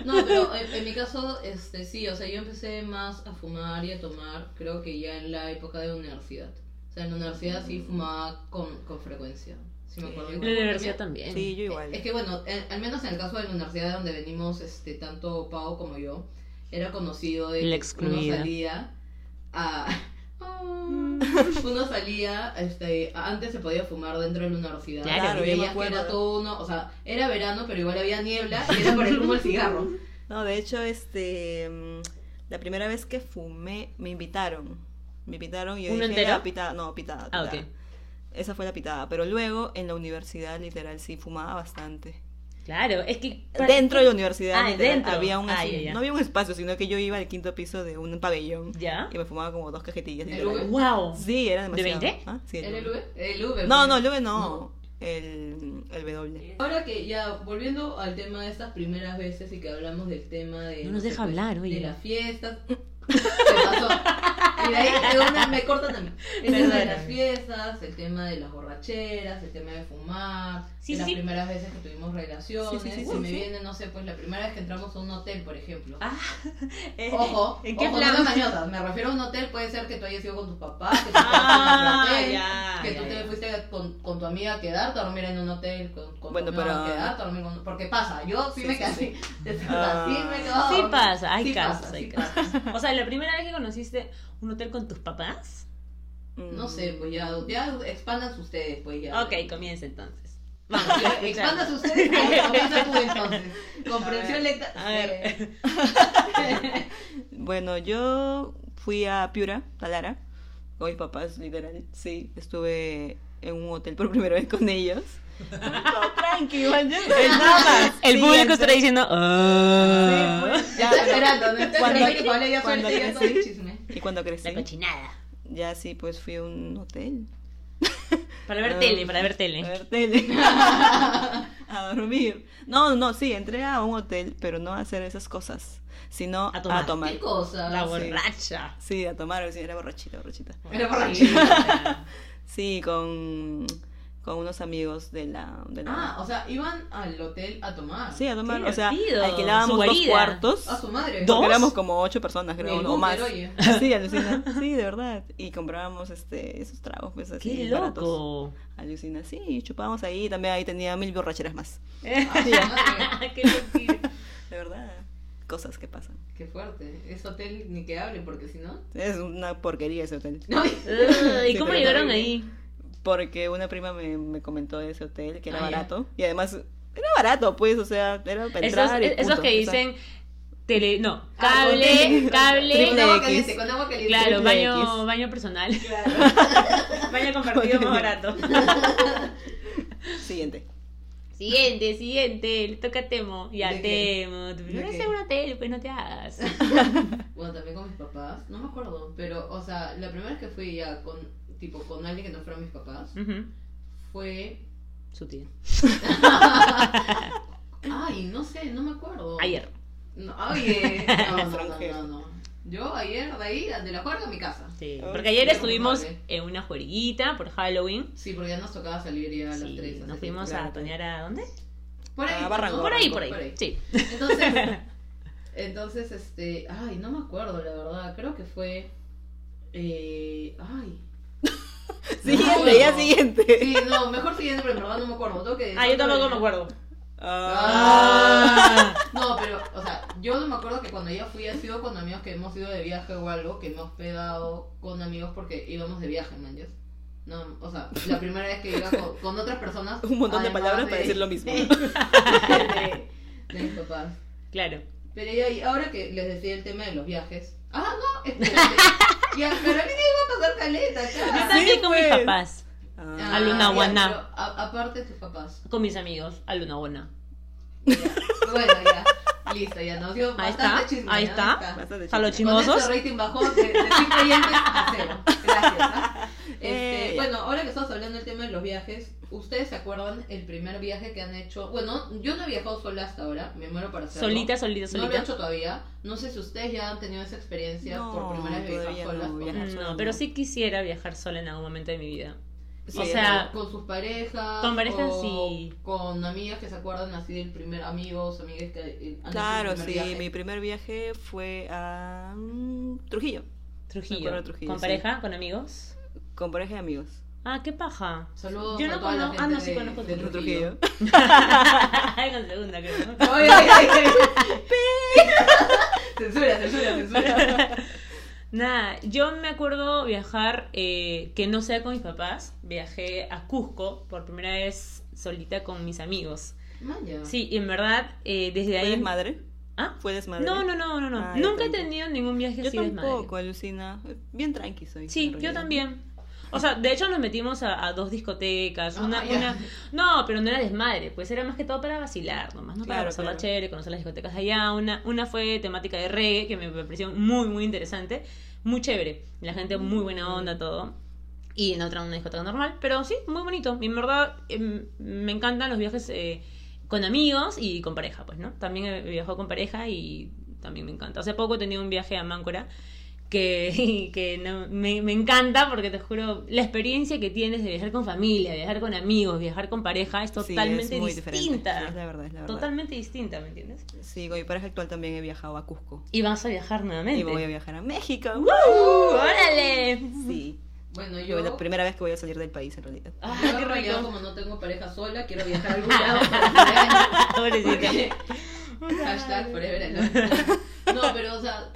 No, pero en, en mi caso, este, sí, o sea, yo empecé más a fumar y a tomar, creo que ya en la época de universidad. O sea, en la universidad sí fumaba con, con frecuencia. Sí, me acuerdo. Sí, que la La fumaba universidad también. también. Sí, yo igual. Es que bueno, eh, al menos en el caso de la universidad donde venimos este, tanto Pau como yo, era conocido La de que uno excluida. salía a... ah, uno salía, este, antes se podía fumar dentro de la universidad. Claro, y yo me veías que acuerdo. era todo uno, o sea, era verano, pero igual había niebla y era por el humo del cigarro. No, de hecho, este, mm, la primera vez que fumé, me invitaron. Me invitaron y yo ¿Uno dije, entero? "Ah, pitada, no, pitada, Ah, pitada. ok. Esa fue la pitada, pero luego en la universidad literal sí fumaba bastante. Claro, es que. Dentro de la universidad Ah, literal, dentro. había un Ah, así- ya, ya. no había un espacio, sino que yo iba al quinto piso de un pabellón ¿Ya? y me fumaba como dos cajetillas. ¿El literal. Uber? ¡Wow! Sí, era demasiado. 20? ¿Ah? Sí, ¿El Uber. LV? El V. No, pues. no, el V no. El, el W. Ahora que ya, volviendo al tema de estas primeras veces y que hablamos del tema de... No nos deja pues, hablar, oye. De las fiestas. Se pasó. Y de ahí de una me cortan a mí. El tema de las Perdóname. fiestas, el tema de las borracheras, el tema de fumar, Sí, de sí, las sí. primeras veces que tuvimos relaciones. Sí, sí, sí, si sí, me sí. viene, no sé, pues la primera vez que entramos a un hotel, por ejemplo. Ah, eh, Ojo, ¿En qué ojo, plan? no las añotas. Me refiero a un hotel, puede ser que tú hayas ido con tus papás, que tú, Ah, te fuiste ya, a un hotel, que ya, tú ya. te fuiste con, con tu amiga a quedarte a dormir en un hotel, con, con Bueno, tu novio pero- a quedarte a dormir con- Porque pasa, yo sí, Sí, me sí, quedé así. sí. De Ah. verdad, sí me quedo a Sí dormir. pasa, hay Sí casos, pasa, hay sí casos. pasa. O sea, la primera vez que conociste un hotel con tus papás. Mm. No sé, pues ya, ya expandan ustedes, pues ya. Ok, comienza entonces. Vamos, ya, expandan ustedes, ahí comienza tú entonces. Comprensión A ver, lecta. a ver. Sí. Bueno, yo fui a Piura, a Lara, con mis papás, literal. Sí, estuve en un hotel por primera vez con ellos. Todo tranqui, man, ya sabes. El Sí, público entonces- estará diciendo. "Ah". Sí, pues, Ya, ya, está pero- esperando, ¿no? Está Cuando- esperando que Paola ya cuando suelte ya todo crecí. el chisme. Y cuando crecí, La cochinada. ya sí, pues fui a un hotel. Para ver Ah. tele, para ver tele. A ver tele. a dormir. No, no, sí, entré a un hotel, pero no a hacer esas cosas, sino A tomar. a tomar. ¿Qué cosa? La sí. borracha. Sí, a tomar, sí, era borrachita, borrachita. Era borracha. Sí, con, con unos amigos de la... De la Ah, o sea, iban al hotel a tomar. sí, a tomar, Ah, qué o sea, divertido, su alquilábamos dos guarida. Ah, cuartos. A su madre. ¿Dos? Porque éramos como ocho personas, creo, Del o más. búnker, oye. Sí, alucina. Sí, de verdad. Y comprábamos este, esos tragos, pues así. Qué baratos. loco. Alucina, sí, y chupábamos ahí. y También ahí tenía mil borracheras más. A su madre. Qué locura. De verdad, cosas que pasan. Qué fuerte. Ese hotel ni que hable, porque si no. Es una porquería ese hotel. No, Ah, ¿Y Sí, cómo pero llegaron horrible. ahí? Porque una prima me, me comentó de ese hotel que era Ah, ya. barato. Y además, era barato, pues, o sea, era para Esos, e-, entrar y esos punto, que o sea. dicen tele, no, Ah, con cable, tele. Con cable, Triple agua X. caliente, con agua caliente. claro, triple X. baño, baño personal, baño compartido más barato. Siguiente. Siguiente, siguiente, le toca a Temo. Y a ¿De qué? Temo, tu ¿De primera qué? vez en un hotel, pues no te hagas. Bueno, también con mis papás. No me acuerdo, pero, o sea, la primera vez que fui ya con, tipo, con alguien que no fueron mis papás, Ujú, fue. Su tía. Ay, no sé, no me acuerdo. Ayer. No, oye, no, no, no, Extranjero. no, no. Yo ayer de ahí, de la juerga a mi casa. Sí, Ay, Porque ayer qué estuvimos amable. en una juerguita por Halloween. Sí, porque ya nos tocaba salir ya a las Sí, 3. nos fuimos a tonear a dónde? Por ahí, a Barranco. ¿no? Por ahí, por Por ahí. ahí. Sí. Entonces, entonces, este, ay, no me acuerdo, la verdad, creo que fue, eh, ay, Siguiente, no. ya siguiente. sí, no, mejor siguiendo, pero en verdad no me acuerdo, tengo que... Ah, yo tampoco me acuerdo. Ah. No, pero, o sea, yo no me acuerdo que cuando ya fui ha sido con amigos que hemos ido de viaje o algo, que hemos pegado con amigos porque íbamos de viaje, man, ¿yes? No, o sea, la primera vez que iba con, con otras personas. Un montón de además palabras para decir lo mismo. de- de mis papás. Claro. Pero ya, y ahora que les decía el tema de los viajes. Ah, no, espérate. ya, pero a mí me iba a pasar caleta, Yo claro. también con mis pues. papás, Ah. Ah, A Luna ya, Guaná. pero a- Aparte de tus papás. con mis amigos, a Luna Buena. Ya. Bueno, ya. Listo, ya nos dio Ahí bastante está, chisme. ahí ¿no? está. Bastante A los chisme. Con chismosos. este rating bajó de, de cinco oyentes a cero. Gracias. ¿ah? Este, Eh. bueno, ahora que estamos hablando del tema de los viajes, ¿ustedes se acuerdan el primer viaje que han hecho? Bueno, yo no he viajado sola hasta ahora, me muero para hacerlo. Solita, solita, No lo he solita. hecho todavía. No sé si ustedes ya han tenido esa experiencia No, por primera vez todavía viajar no, solas. viajar con- sola. No, Mm, pero sí quisiera viajar sola en algún momento de mi vida. Sí, o sea, con sus parejas. con parejas, o sí. Con amigas que se acuerdan así del primer. Amigos, amigas que. eh, han hecho Claro, el primer sí, viaje. mi primer viaje fue a mm, Trujillo, Me Trujillo. acuerdo de Trujillo, ¿Con sí. pareja? ¿con amigos? con pareja de amigos. Ah, qué paja. Saludos Yo a no toda la conozco- ah, no, gente sí de- conozco de Con Trujillo. Trujillo. Con segunda, creo. Ay, ay, ay, ay. censura, censura, censura. Nada, yo me acuerdo viajar, eh, que no sea con mis papás, viajé a Cusco por primera vez solita con mis amigos. Maya. Sí, y en verdad, eh, desde ¿Fue ahí... desmadre? ¿Ah? ¿Fue desmadre? No, no, no, no, no. Ah, yo Nunca he tampoco. tenido ningún viaje Yo así desmadre. tampoco, alucina. Bien tranqui soy. en Sí, yo realidad. también. O sea, de hecho nos metimos a, a dos discotecas, Ah, una, ya. una... No, pero no era desmadre, pues era más que todo para vacilar nomás, no para Claro, pasarla claro. chévere, conocer las discotecas de allá. Una, una fue temática de reggae, que me pareció muy, muy interesante, muy chévere. La gente muy buena onda, todo. Y en la otra una discoteca normal, pero sí, muy bonito. Y en verdad em, me encantan los viajes eh, con amigos y con pareja, pues, ¿no? También he viajado con pareja y también me encanta. Hace poco he tenido un viaje a Máncora que, que no- me, me encanta porque te juro, la experiencia que tienes de viajar con familia, viajar con amigos, viajar con pareja es Sí, es totalmente muy diferente. distinta. Sí, es la verdad, es la verdad. totalmente distinta, ¿me entiendes? Sí, con mi pareja actual también he viajado a Cusco. Y vas a viajar nuevamente. Y voy a viajar a México. ¡Uh! ¡Órale! Sí. Bueno, Yo yo. la primera vez que voy a salir del país en realidad. Ah, qué en realidad, rico. como no tengo pareja sola, quiero viajar a algún lado para cumpleaños. Ah, Pobrecita. Porque- Hashtag forever e, alone. No, pero o sea,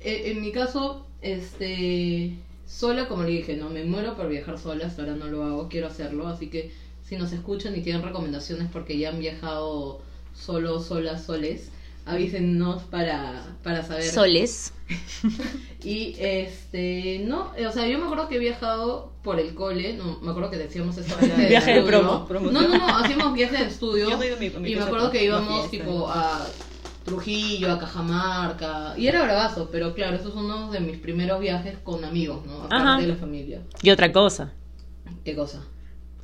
eh, en mi caso, este, sola, como le dije, no me muero por viajar sola, hasta ahora no lo hago, quiero hacerlo, así que si nos escuchan y tienen recomendaciones porque ya han viajado solo, solas, soles, avísennos para, para saber. Soles. Y este, no, o sea, yo me acuerdo que he viajado por el cole, no, me acuerdo que decíamos esto. era Viaje de estudio. promo, promoción. No, no, no, hacíamos viaje de estudio. Yo no he ido a mi- a mi y me casa acuerdo que por- íbamos por fiesta. tipo a Trujillo, a Cajamarca, y era bravazo, pero claro, esos son uno de mis primeros viajes con amigos, ¿no? Aparte Ajá. de la familia. Y otra cosa. ¿Qué cosa?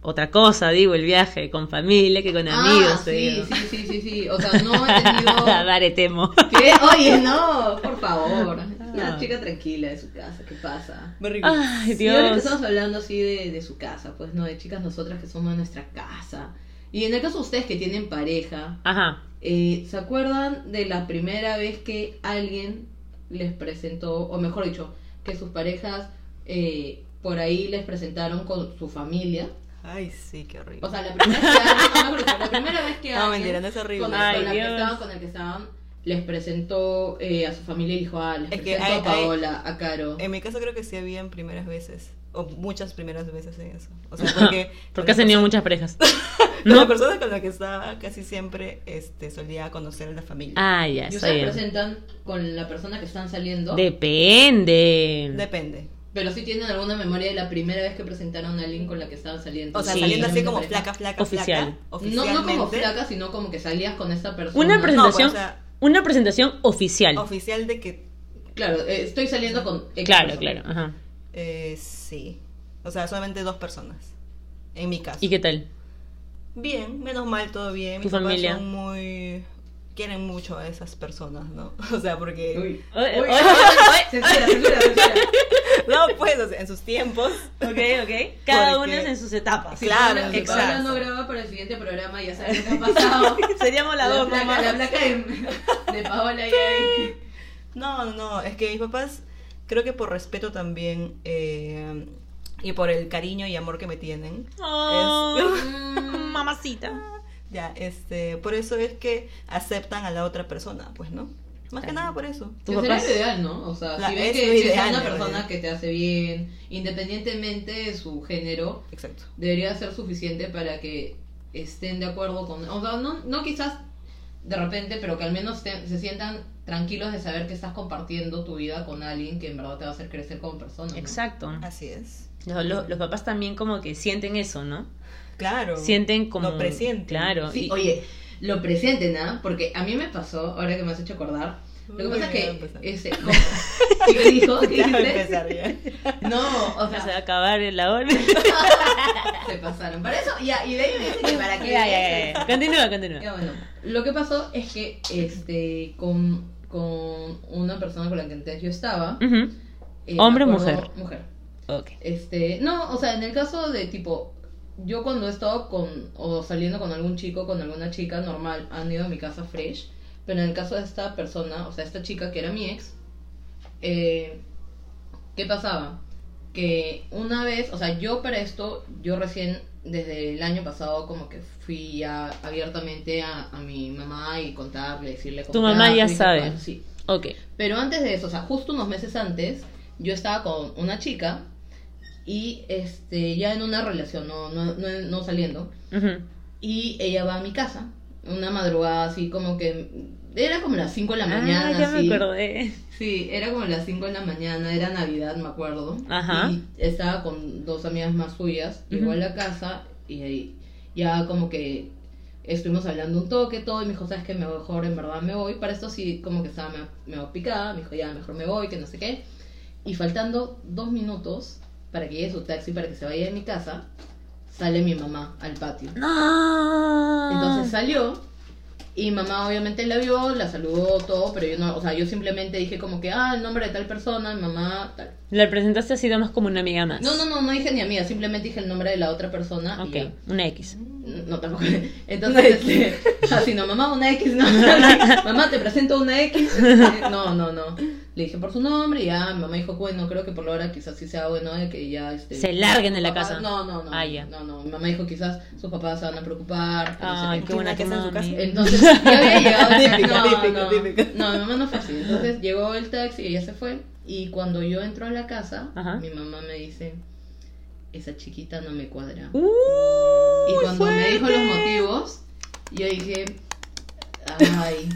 Otra cosa, digo, el viaje con familia que con amigos. ah, te sí, digo. sí, sí, sí, sí. O sea, no he tenido Dare temo. ¿Qué? Oye, no, por favor. Una No. chica tranquila de su casa, ¿qué pasa? Muy rico. Ay, Y ahora que Dios. estamos hablando así de, de su casa, pues no, de chicas nosotras que somos de nuestra casa. Y en el caso de ustedes que tienen pareja, Ajá. eh, ¿se acuerdan de la primera vez que alguien les presentó, o mejor dicho, que sus parejas eh, por ahí les presentaron con su familia? Ay, sí, qué horrible. O sea, la primera vez que alguien, la primera vez que No, alguien mentira, no es horrible. Con, Ay, con la que Dios. estaban, con el que estaban, les presentó eh, a su familia y dijo, ah, les Es que presento hay- Em, a Paola, a Caro. En mi caso creo que sí habían primeras veces, o muchas primeras veces en eso. O sea, porque... Porque has con la tenido muchas parejas. perso- con ¿No? La persona con la que estaba casi siempre este, solía conocer a la familia. Ah, ya, y está ustedes bien. presentan con la persona que están saliendo, Depende. Depende. pero sí tienen alguna memoria de la primera vez que presentaron a alguien con la que estaban saliendo. O sea, Sí. saliendo así Solamente como pareja. flaca, flaca, Oficial. flaca. No, no como oficialmente. flaca, sino como que salías con esta persona. Una presentación, o sea- una presentación pues, oficial. Oficial de que Claro, eh, estoy saliendo con... X claro, persona. claro. Ajá. eh, sí. O sea, solamente dos personas. En mi caso. ¿Y qué tal? Bien, menos mal, todo bien. ¿Tu Mis papás familia? son muy... Quieren mucho a esas personas, ¿no? O sea, porque... Uy. Oye, Uy, oye, Censura, censura, censura. No, pues, o sea, en sus tiempos. Ok, ok. Cada Porque- una es en sus etapas. Si Claro, Paola- si Paola exacto. no graba para el siguiente programa, ya sabes lo que ha pasado. Seríamos la, placa, la placa de, de Paola y Abby. No, no, no, es que mis papás, creo que por respeto también eh, y por el cariño y amor que me tienen, es- Oh, mm, mamacita. ya, este, por eso es que aceptan a la otra persona, pues, ¿no? Más que nada por eso. ¿Tu Que papá sería es- lo ideal, ¿no? O sea, La- si ves Ah, es que lo si es ideal, una en persona realidad. que te hace bien, independientemente de su género, Exacto. debería ser suficiente para que estén de acuerdo con... O sea, no, no quizás de repente, pero que al menos te- se sientan tranquilos de saber que estás compartiendo tu vida con alguien que en verdad te va a hacer crecer como persona. ¿no? Exacto. Así es. Los, los- los papás también como que sienten eso, ¿no? Claro. Sienten como... Lo presienten. Claro. Sí, y- oye, lo presenten, ¿ah? Porque a mí me pasó, ahora que me has hecho acordar, lo que Uy, pasa es ya va a pues, que... empezar. Ese, ¿cómo? ¿Qué dijo? ¿Qué Ya va a dijiste? empezar ya. No, o Ya se va sea, a acabar el labor. se pasaron. Para eso, ya, y de ahí me dice que para Ya, qué. ya, ya, ya. Continúa, continúa. Ya, bueno, lo que pasó es que, este, con, con una persona con la que antes yo estaba... Ujú. eh, Mm, ¿Hombre o me acuerdo- mujer? Mujer. Ok. Este, no, o sea, en el caso de tipo, yo cuando he estado con, o saliendo con algún chico, con alguna chica normal, han ido a mi casa fresh, pero en el caso de esta persona, o sea, esta chica que era mi ex, eh, ¿qué pasaba? Que una vez, o sea, yo para esto, yo recién desde el año pasado como que fui ya abiertamente a, a mi mamá y contarle, decirle como Tu que, mamá ah, ya fui sabe. sexual, Sí. Ok. Pero antes de eso, o sea, justo unos meses antes, yo estaba con una chica y este ya en una relación, no, no, no, no saliendo. Ujú. Y ella va a mi casa, una madrugada así como que... Era como las 5 de la mañana. Ah, ya me así. acordé. Sí, era como las 5 de la mañana, era Navidad, me acuerdo. Ajá. Y estaba con dos amigas más suyas, llegó Ujú. a la casa y ahí ya como que estuvimos hablando un toque, todo, y me dijo, ¿sabes qué? Mejor en verdad me voy. Para esto sí, como que estaba me, me picada, me dijo, ya, mejor me voy, que no sé qué. Y faltando dos minutos para que llegue su taxi, para que se vaya de mi casa, sale mi mamá al patio. No. Entonces salió y mamá obviamente la vio, la saludó todo, pero yo no, o sea, yo simplemente dije como que, ah, el nombre de tal persona, mamá, tal. La presentaste así nomás como una amiga más. No, no, no, no dije ni amiga, simplemente dije el nombre de la otra persona. Ok, Y ya. una X. No, tampoco. Entonces, este, así no, mamá, una X, no. mamá, te presento una X. No, no, no. Le dije por su nombre y ya, mi mamá dijo, bueno, creo que por la hora quizás sí sea bueno de que ya... Este, Se larguen de la papá- casa. No, no, no. Ah, ya. No, no, mi mamá dijo quizás sus papás se van a preocupar. que no sé Ay, qué. qué buena que que está en su mami. casa. Entonces, yo había llegado. Típico, no, típico, no, típico. No, mi mamá no fue así. Entonces llegó el taxi y ella se fue. Y cuando yo entro a la casa, Ajá. mi mamá me dice, esa chiquita no me cuadra. ¡Uh! y muy cuando me dijo los fuerte! motivos, yo dije, ay.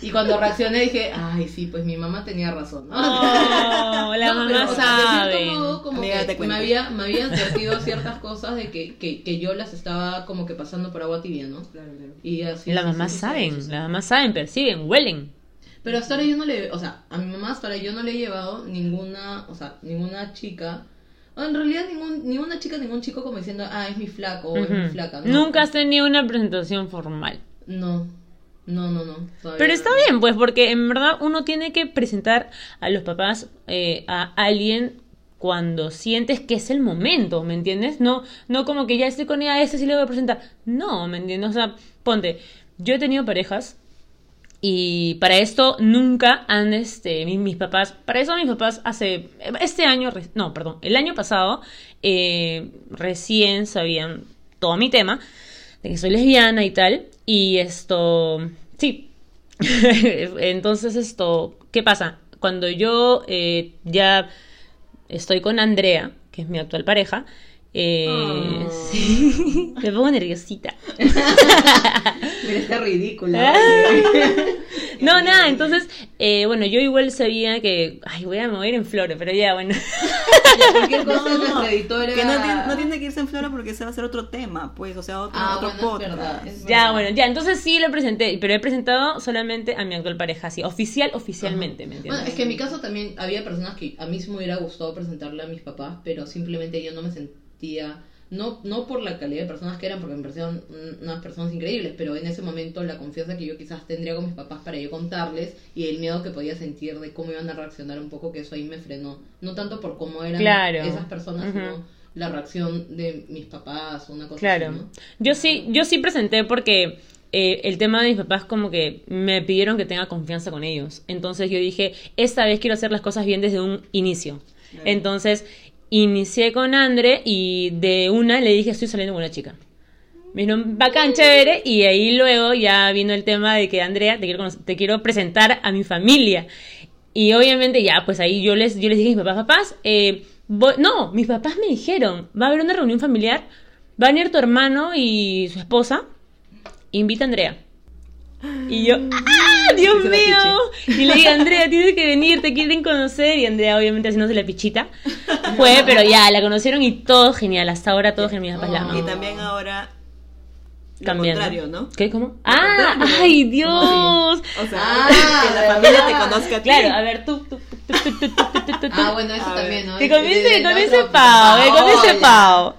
y cuando reaccioné dije, ay, sí, pues mi mamá tenía razón. ¿no? No, Oh, la No, mamá pero, o sea, de sabe. cierto modo, como Amiga, que te cuento. me había, me había advertido ciertas cosas de que, que, que yo las estaba como que pasando por agua tibia, ¿no? Claro, claro. Y así. Las sí, mamás sí, sí, sí, sí. saben, las mamás saben, perciben, huelen. Pero hasta ahora yo no le, o sea, a mi mamá hasta ahora yo no le he llevado ninguna, o sea, ninguna chica. O en realidad ningún, ninguna chica, ningún chico como diciendo, ah, es mi flaco o es mi Ujú. flaca. No. Nunca has tenido una presentación formal. No, no, no, no. todavía Pero no. está bien, pues, porque en verdad uno tiene que presentar a los papás eh, a alguien cuando sientes que es el momento, ¿me entiendes? No, no como que ya estoy con ella, a este sí le voy a presentar. No, ¿me entiendes? O sea, ponte, yo he tenido parejas y para esto nunca han, este, mi- mis, papás, para eso mis papás hace, este año, re- no, perdón, el año pasado, eh, recién sabían todo mi tema, de que soy lesbiana y tal, y esto, sí. Entonces esto, ¿qué pasa? Cuando yo eh, ya estoy con Andrea, que es mi actual pareja, eh, Ah. sí, me pongo nerviosita. Mira, está ridícula. oye. No, nada, entonces, eh, bueno, yo igual sabía que, ay, voy a mover en flores, pero ya, bueno. Ya, cualquier cosa No, nuestra editora. Que no tiene, no tiene que irse en flora porque ese va a ser otro tema, pues, o sea, otro, Ah, otro bueno, es podcast. verdad. es Ya, verdad. bueno, ya, entonces sí lo presenté, pero he presentado solamente a mi actual pareja, así, oficial, oficialmente, ¿me entiendes? Bueno, Ah, es que en mi caso también había personas que a mí sí me hubiera gustado presentarle a mis papás, pero simplemente yo no me sentía, no, no por la calidad de personas que eran, porque me parecían un- unas personas increíbles, pero en ese momento la confianza que yo quizás tendría con mis papás para yo contarles y el miedo que podía sentir de cómo iban a reaccionar un poco, que eso ahí me frenó. No tanto por cómo eran Claro. esas personas, Ujú. sino la reacción de mis papás, una cosa Claro. así, ¿no? Yo sí, yo sí presenté porque eh, el tema de mis papás como que me pidieron que tenga confianza con ellos. Entonces yo dije, esta vez quiero hacer las cosas bien desde un inicio. Entonces inicié con Andre y de una le dije, estoy saliendo con una chica. Me dijeron, bacán, chévere. Y ahí luego ya vino el tema de que, Andrea, te quiero, conocer- te quiero presentar a mi familia. Y obviamente ya, pues ahí yo les, yo les dije a mis papás, papás, eh, voy- no, mis papás me dijeron, va a haber una reunión familiar, va a venir tu hermano y su esposa, invita a Andrea. Y yo, ¡ah, Dios Hice la mío! Y le dije, Andrea, tienes que venir, te quieren conocer. Y Andrea, obviamente, haciéndose la pichita. Fue, pero ya, la conocieron y todo genial. Hasta ahora todo genial, mis papás la Oh. aman Y también ahora lo cambiando. contrario, ¿no? ¿Qué? ¿Cómo? ¡Ah! ¡Ay, Dios! O sea, Ah, que la familia te ¿verdad? conozca a ti. Claro, a ver, tú, tú, tú, tú, tú, tú, tú, tú, tú. Ah, bueno, eso A ver. también, ¿no? Te convence, te El otro- convence Pao, eh, te convence Paola. Pao.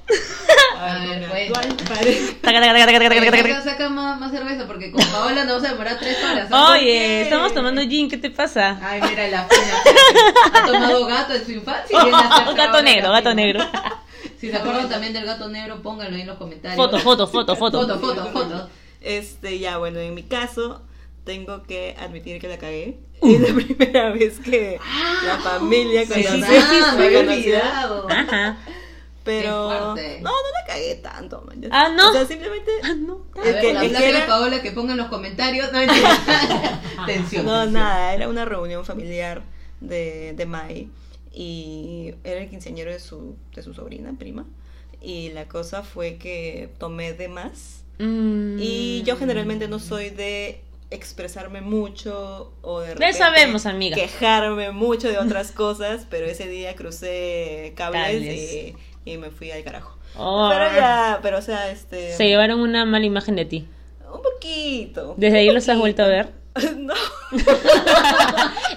A ver, pues. Actual pareja. Taca, taca, taca, taca, taca, taca, Saca, taca. saca más, más cerveza porque con Paola nos vamos a demorar tres horas. ¿sabes? Oye, estamos tomando gin, ¿qué te pasa? Ay, mira la fina. Ha tomado gato en su infancia. y Ah, viene a hacer Gato trabajo negro, en la gato fina. negro. Si se acuerdan también del gato negro, pónganlo ahí en los comentarios. Foto, foto, foto, Foto, foto. foto, foto. Este, ya, bueno, en mi caso, tengo que admitir que la cagué. Uh. Es la primera vez que la familia sí, conoció- sí, Ah, sí, me me había conoció. olvidado. Ajá. Pero. Qué No, fuerte. no la cagué tanto, man. ya- Ah, ¿no? O sea, simplemente. Ah, no. A Es ver, que- la es que placa de era- Paola que pongan en los comentarios. No, mentira. Tensión. No, tensión. nada, era una reunión familiar de, de Mai y era el quinceañero de su, de su sobrina, prima. Y la cosa fue que tomé de más. Mm. Y yo generalmente no soy de expresarme mucho o de repente sabemos, amiga. quejarme mucho de otras cosas, pero ese día crucé cables, Cables. Y, y me fui al carajo. Oh. Pero ya, pero o sea, este... Se llevaron una mala imagen de ti. Un poquito. ¿Desde ahí los has vuelto a ver? no,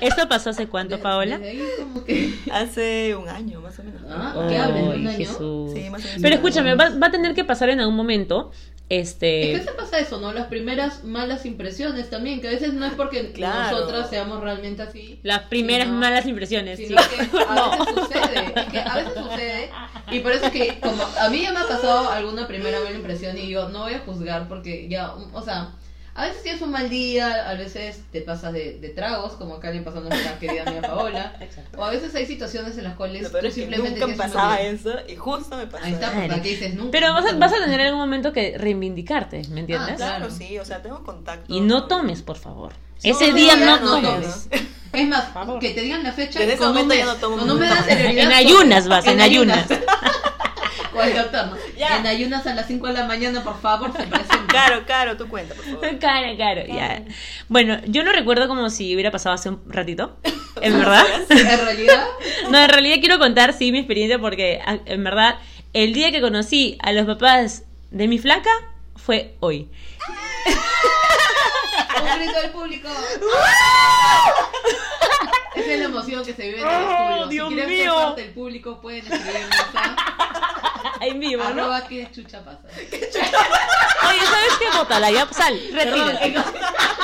¿Esto pasó hace cuánto, Paola? Desde ahí como que... hace un año más o menos. Ah, ¿qué hablas? ¿De un Ay, año? Jesús. Sí, más o menos. Pero escúchame, va, va a tener que pasar en algún momento. Este. Es que se pasa eso, ¿no? Las primeras malas impresiones también, que a veces no es porque Claro. nosotras seamos realmente así, Las primeras Sí, no. malas impresiones. sino que a veces sucede, es que a veces sucede, y por eso es que como a mí ya me ha pasado alguna primera mala impresión y yo no voy a juzgar porque ya, o sea, a veces tienes un mal día, a veces te pasas de, de tragos, como acá le pasó a nuestra querida amiga Paola, o a veces hay situaciones en las cuales Lo peor tú es que simplemente nunca me tienes un mal pasaba día. eso y justo me pasó. Ahí está, pues, Claro. ¿para qué dices nunca? Pero vas a, Nunca, vas a nunca. tener algún momento que reivindicarte, ¿me entiendes? Ah, claro. Claro, sí, o sea, tengo contacto. Y no tomes, por favor. Sí, Ese no, día no, no, no tomes. Es más, favor. que te digan la fecha Desde y ese con un momento mes, ya no tomo con un mes de nada. anterioridad. En ayunas vas, en Cuando toma. Ya. En ayunas a las 5 de la mañana, por favor, se presenta. Claro, claro, tú cuenta, por favor. Claro, claro, ya. Bueno, yo lo recuerdo como si hubiera pasado hace un ratito, en verdad. En realidad, No, en realidad quiero contar, sí, mi experiencia, porque a- en verdad, el día que conocí a los papás de mi flaca fue hoy. un grito del público. Esa es la emoción que se vive en el Oh, público. Dios si quieren mío. ser parte del público, pueden escribirnos a Ah, En vivo, ¿no? arroba que chucha pasa. Oye, ¿sabes qué? Bótala, ya, sal, Perdón, retírate.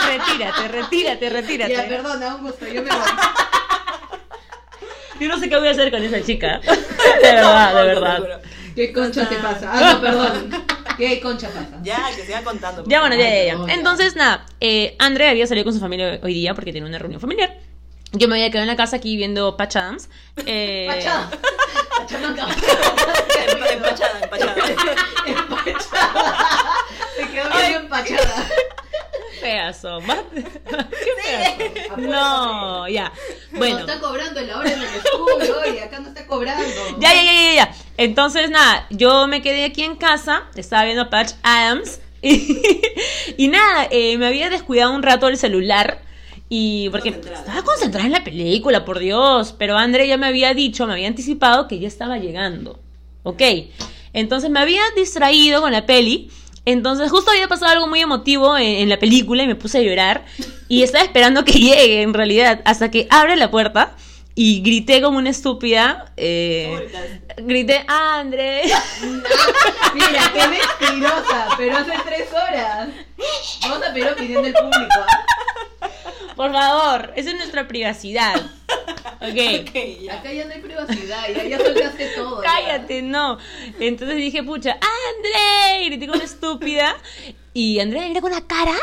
Retírate, retírate, retírate. Ya, perdona, un gusto, yo me voy. Yo no sé qué voy a hacer con esa chica. De verdad, de verdad. ¿Qué concha te pasa? Ah, no, perdón. ¿Qué concha pasa? Ya, que siga contando. por Ya, bueno, ya, Ay, ya, no, ya. ya. Entonces, nada, eh, André había salido con su familia hoy día porque tenía una reunión familiar. Yo me había quedado en la casa aquí viendo Patch Adams. Eh, Pachada. Pachamanca. favor. Empachada, empachada. Empachada. Se quedó bien empachada. Pedazo, ¿va? ¿Qué pedazo? No, ya. Bueno. No está cobrando la hora en el estudio y acá no está cobrando. Ya, ya, ya, ya, ya. Entonces, nada, yo me quedé aquí en casa, estaba viendo Patch Adams y, y nada, eh, me había descuidado un rato el celular y porque Concentrada. estaba concentrada en la película, por Dios, pero André ya me había dicho, me había anticipado que ya estaba llegando, ¿ok? Entonces me había distraído con la peli. Entonces justo había pasado algo muy emotivo en, en la película y me puse a llorar y estaba esperando que llegue en realidad hasta que abre la puerta y grité como una estúpida. eh, Grité, "Ah, André. Mira, qué mentirosa, pero hace tres horas. Vamos a pedir opinión del público. Por favor, esa es nuestra privacidad. Ok. Ok, ya. Acá ya no hay privacidad, ya, ya soltaste todo. ya. Cállate, no. Entonces dije, pucha, André. Y grité como una estúpida. Y André me mira con la cara.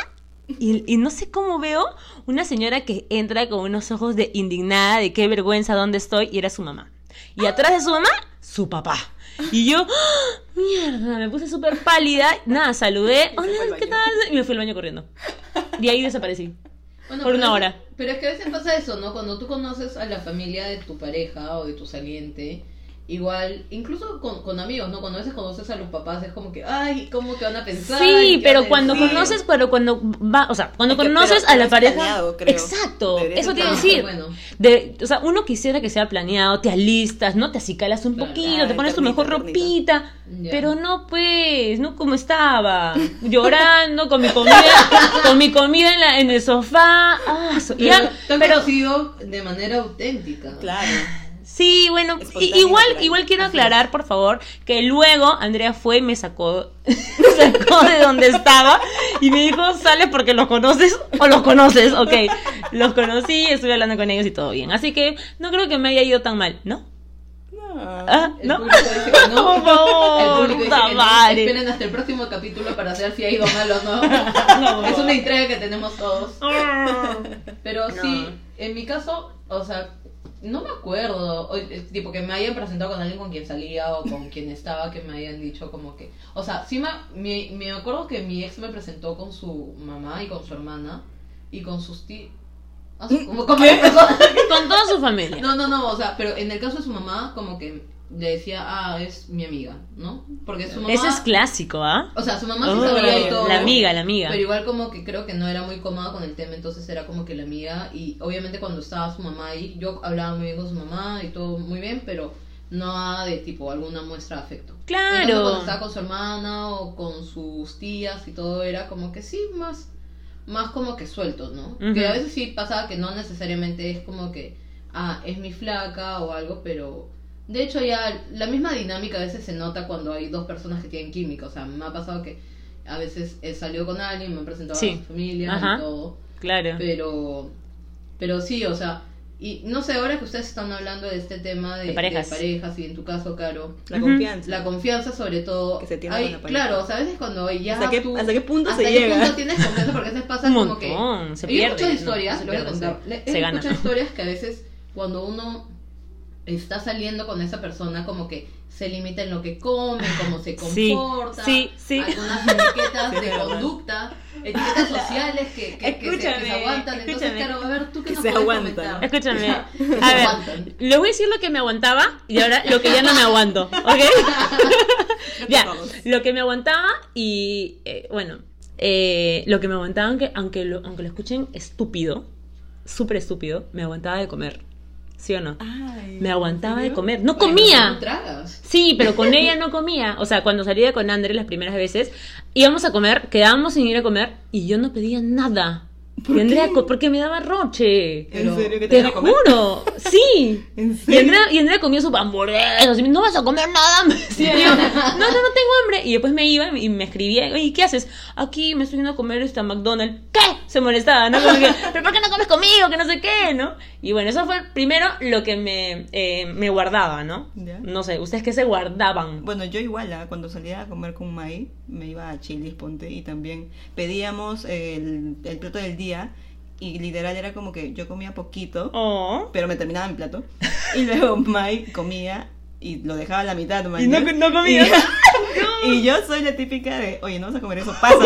Y, y no sé cómo veo una señora que entra con unos ojos de indignada, de qué vergüenza, dónde estoy. Y era su mamá. Y atrás de su mamá, su papá. Y yo, ¡ah! mierda, me puse súper pálida. Nada, saludé. Y se fue al Hola, ¿qué baño. tal? Y me fui al baño corriendo. De ahí desaparecí. Bueno, Por pero una es- hora. Pero es que a veces pasa eso, ¿no? Cuando tú conoces a la familia de tu pareja o de tu saliente, igual, incluso con, con amigos, ¿no? Cuando a veces conoces a los papás es como que, ay, ¿cómo que van a pensar? ¿Y Sí, qué van pero a cuando decir?" conoces, pero cuando va, o sea, cuando Es que, conoces pero, a la es pareja, planeado, creo. exacto, Debería eso ser te iba a Ah, decir. Bueno, De- o sea, uno quisiera que sea planeado, te alistas, no te acicalas un Claro. poquito, te Ah, pones ternita, tu mejor ternita. ropita, Ya. pero no pues, no como estaba, llorando con mi comida, con mi comida en, la- en el sofá, ah, so- pero, ya, te han pero conocido de manera auténtica. Claro. Sí, bueno, Espontáneo, i- igual, natural. igual quiero aclarar, por favor, que luego Andrea fue y me sacó, me sacó de donde estaba y me dijo, sales porque los conoces o los conoces, ok. Los conocí, estuve hablando con ellos y todo bien. Así que no creo que me haya ido tan mal, ¿no? No. ¿Ah? El ¿No? público dice que no. Por favor, el público dice puta que no. madre. Esperen hasta el próximo capítulo para saber si ha ido mal o no. No, Ah. Es una intriga que tenemos todos. Pero No. sí, en mi caso, o sea, no me acuerdo, o- eh, tipo que me hayan presentado con alguien con quien salía o con quien estaba, que me hayan dicho como que, o sea, sí me, me, me acuerdo que mi ex me presentó con su mamá y con su hermana y con sus tíos. Como, como personas. Con toda su familia. No, no, no, o sea, pero en el caso de su mamá, como que le decía, ah, es mi amiga, ¿no? Porque su mamá. Ese es clásico, ¿ah? O sea, su mamá sí Oh, sabía y todo. la amiga, la amiga. Pero igual como que creo que no era muy cómoda con el tema, entonces era como que la amiga y obviamente cuando estaba su mamá ahí, yo hablaba muy bien con su mamá y todo muy bien, pero nada de tipo alguna muestra de afecto. En cambio, cuando Claro. estaba con su hermana o con sus tías y todo era como que sí, más, más como que sueltos, ¿no? Ujú. Que a veces sí pasaba que no necesariamente es como que, ah, es mi flaca o algo, pero de hecho ya la misma dinámica a veces se nota cuando hay dos personas que tienen química, o sea, me ha pasado que a veces he salido con alguien, me han presentado Sí. a su familia Ajá. y todo, Claro. pero, pero sí, o sea, y no sé, ahora que ustedes están hablando de este tema de, De parejas. parejas y en tu caso, Caro. La Ujú. confianza. La confianza sobre todo. Que se tiene Ay, con la pareja. Claro, o sea, a veces cuando ya ¿Hasta qué, tú- ¿Hasta qué punto hasta se qué llega? punto tienes confianza porque a veces pasa Un como que... montón, se yo he pierde. escuchado no, historias, se lo voy a pierde, contar. se- Le- se he gana. escuchado historias que a veces cuando uno está saliendo con esa persona como que se limita en lo que come, cómo se Sí, comporta, sí, sí. algunas etiquetas Sí, es de verdad. conducta etiquetas sociales que, que, que se, que Escúchame, se aguantan. Entonces, escúchame. claro, a ver, tú qué Que nos se puedes aguantan. comentar? Escúchame. Que se A ver, aguantan. le voy a decir lo que me aguantaba y ahora lo que ya no me aguanto, ¿ok? ya, lo que me aguantaba y, eh, bueno, eh, lo que me aguantaba, aunque, aunque, lo, aunque lo escuchen estúpido, súper estúpido, me aguantaba de comer, ¿sí o no? Ay, Me aguantaba de ¿en serio? comer, no Bueno, comía. tú tragas. Sí, pero con ella no comía. O sea, cuando salía con Andrés las primeras veces, íbamos a comer, quedábamos sin ir a comer y yo no pedía nada. ¿Por Y Andrea qué? co- porque me daba roche. ¿En serio que te, Te van a comer? juro, sí. ¿En Y serio? Andrea, y Andrea comió su hamburguesa. así, No vas a comer nada. me decía. Y yo, no, no, no tengo hambre. Y después me iba y me- y me escribía. Oye, ¿qué haces? Aquí me estoy yendo a comer esta McDonald's. ¿Qué? Se molestaba, ¿no? Como que, ¿pero por qué no comes conmigo? Que no sé qué, ¿no? Y bueno, eso fue primero lo que me, eh, me guardaba, ¿no? Ya. No sé, ¿ustedes qué se guardaban? Bueno, yo igual, ah, cuando salía a comer con Mai, me iba a Chilis, ponte, y también pedíamos el, el plato del día, y literal era como que yo comía poquito, Oh. pero me terminaba mi plato, y luego Mai comía y lo dejaba a la mitad, man, Y no- ¿ya? no comía. Y, y yo soy la típica de, oye, no vas a comer eso, pasa,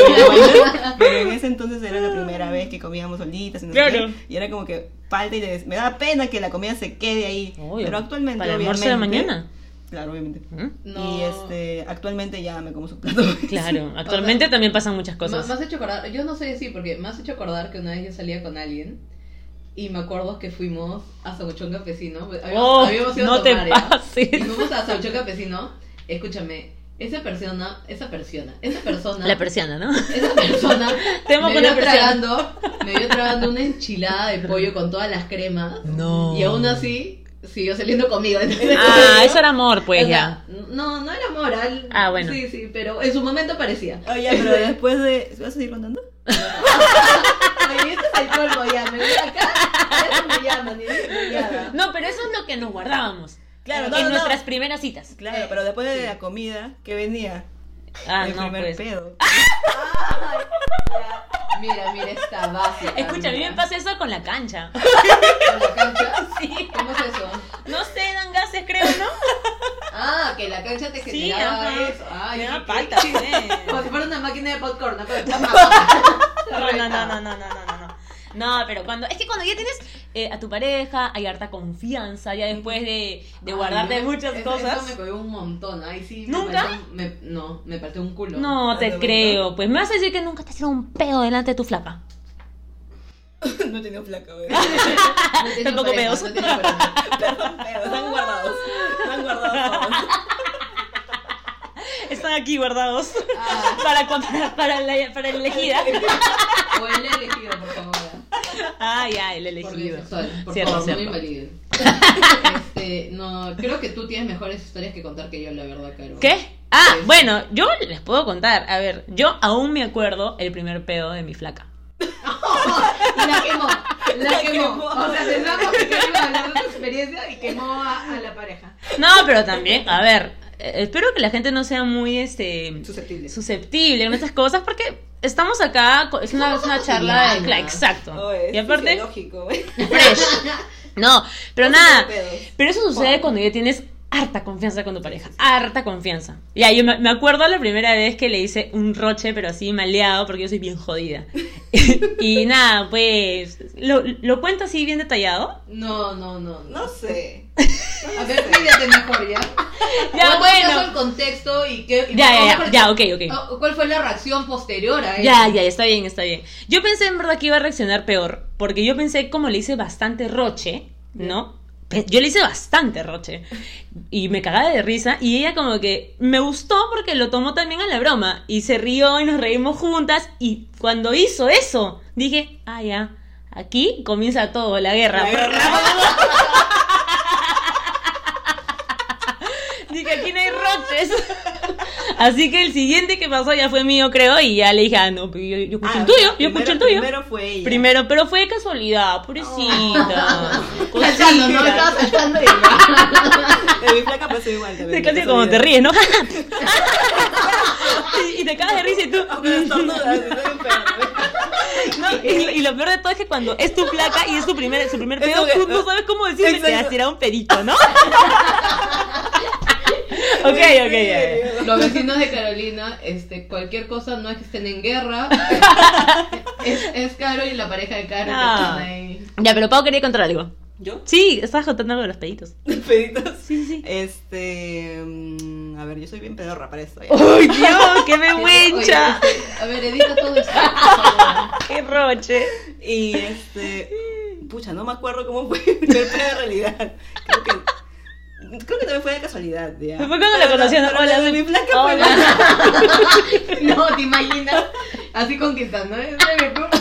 pero en ese entonces era la primera vez que comíamos solitas, y, no sé Claro. qué, y era como que falta y les- me daba pena que la comida se quede ahí, Obvio. pero actualmente, Oh, Para el almuerzo de obviamente, mañana. Claro, obviamente. ¿Mm? No. Y este, actualmente ya me como su plato. Claro, actualmente O sea, también pasan muchas cosas. Me, me has hecho acordar, yo no soy así porque me has hecho acordar que una vez yo salía con alguien y me acuerdo que fuimos a Sabuchón Campesino. pues, Habíamos, Oh, habíamos ido no a te tomar, ¿ya? pases. Y fuimos a Sabuchón Campesino. Escúchame, esa persona, esa persona, esa persona. La persiana, ¿no? esa persona Temo me con vio la persiana. tragando, me vio tragando una enchilada de pollo con todas las cremas No. y aún así siguió saliendo conmigo. Entonces, Ah, eso era amor, pues o sea, ya. No, no era moral. Ah, bueno. Sí, sí, pero en su momento parecía. Oye, pero después de. ¿Vas a seguir contando? Oye, este es el colmo ya, me voy acá, a eso me llaman, y me llaman. No, pero eso es lo que nos guardábamos. Claro, en no, no. nuestras primeras citas. Claro, pero después de la comida, ¿qué venía? Ah, el no, primer pues. pedo. Mira, mira esta básica. Escucha, a mí mira. me pasa eso con la cancha. ¿Con la cancha? ¿Cómo es eso? No sé, dan gases, creo, ¿no? Ah, que la cancha te Sí, generaba ajá. eso. Ay, Me da qué- palta, qué- Como si pues. fuera una máquina de popcorn, ¿no? Pero- No, no, no, no, no, no, no, no. No, pero cuando. Es que cuando ya tienes eh, a tu pareja, hay harta confianza, ya después de, de Ay, guardarte yo- muchas eso- cosas. Eso me cogió un montón. Ay, sí. me ¿Nunca? pareció un- me- no, me partió un culo. No te no, creo, pues me vas a decir que nunca te hicieron un pedo delante de tu flapa. no tenía flaca, güey. No tenía Tampoco pareja, pedos. no tenía pareja. Perdón, pedo. Están guardados. Están guardados todos. Están aquí guardados Ah, para, cuando- para, la, para la elegida. o el elegido, por favor. Ah, ya, el Por elegido. bisexual, por Cierto, favor, cierto. no me invaliden. Este, no, creo que tú tienes mejores historias que contar que yo, la verdad, Caro. ¿Qué? Ah, Sí. bueno, yo les puedo contar. A ver, yo aún me acuerdo el primer pedo de mi flaca. La quemó, la, La quemó. quemó. O sea, pensamos que te iba a hablar de tu experiencia y quemó a, a la pareja. No, pero también, a ver, eh, espero que la gente no sea muy este Susceptible. susceptible con estas cosas porque estamos acá, co- es una, es una charla de- claro, exacto. Oh, es y aparte, fisiológico, güey. fresh. No, pero nada. pedos. Pero eso sucede cuando ya tienes harta confianza con tu pareja. Harta confianza. Ya, yo me me acuerdo la primera vez que le hice un roche, pero así maleado, porque yo soy bien jodida. y nada, pues. ¿Lo, lo cuento así bien detallado? No, no, no. no. No sé. A ver, pídete mejor ya. Ya, Cuéntanos el bueno. contexto y qué. y Ya, cómo ya, ya, fue- ya, ok, ok. Oh, ¿Cuál fue la reacción posterior a eso? Ya, ya, está bien, está bien. Yo pensé en verdad que iba a reaccionar peor, porque yo pensé como le hice bastante roche, ¿no? Pe- Yo le hice bastante roche y me cagaba de risa y ella como que me gustó porque lo tomó también a la broma y se rió y nos reímos juntas y cuando hizo eso dije, ah, ya, aquí comienza todo, la guerra. La guerra. Dije, aquí no hay roches. Así que el siguiente que pasó ya fue mío, creo, y ya le dije, ah, no, pero yo, yo escucho Ah, el tuyo, yo primero- escucho el tuyo. Primero, Primero fue ella. pero fue de casualidad, pobrecita. Saltando, ¿no? Cosita. Estaba saltando y ya. De mi flaca pasó igual Te también. casi casualidad. como te ríes, ¿no? y, y te cagas de risa y tú. Ah, pero estornudas, estoy enferma. No, y, y lo peor de todo es que cuando es tu placa y es tu primer, su primer Es pedo, lo que- tú no sabes cómo decirle que Exacto. has tirado un pedito, ¿no? ok, ok, ya, ya. En serio. los vecinos de Carolina, este, cualquier cosa no es que estén en guerra. es, es Caro y la pareja de Caro que Ah. están ahí. Ya, pero Pau quería contar algo. ¿Yo? Sí, estabas contando algo de los peditos. Peditos. Sí, sí. Este. mm, a ver, yo soy bien pedorra para esto. ¿eh? ya. ¡Uy, Dios! ¡Qué Oye, vergüenza! este, a ver, edita todo esto. por favor. ¡Qué roche! Y este. Pucha, no me acuerdo cómo fue el primer pedo de realidad. Creo que. Creo que también fue de casualidad, ya. Fue cuando la Pero conocí, ¿no? pero Hola, la de soy- mi flaca fue Hola. más- No, te imaginas. Así conquistando. ¿eh?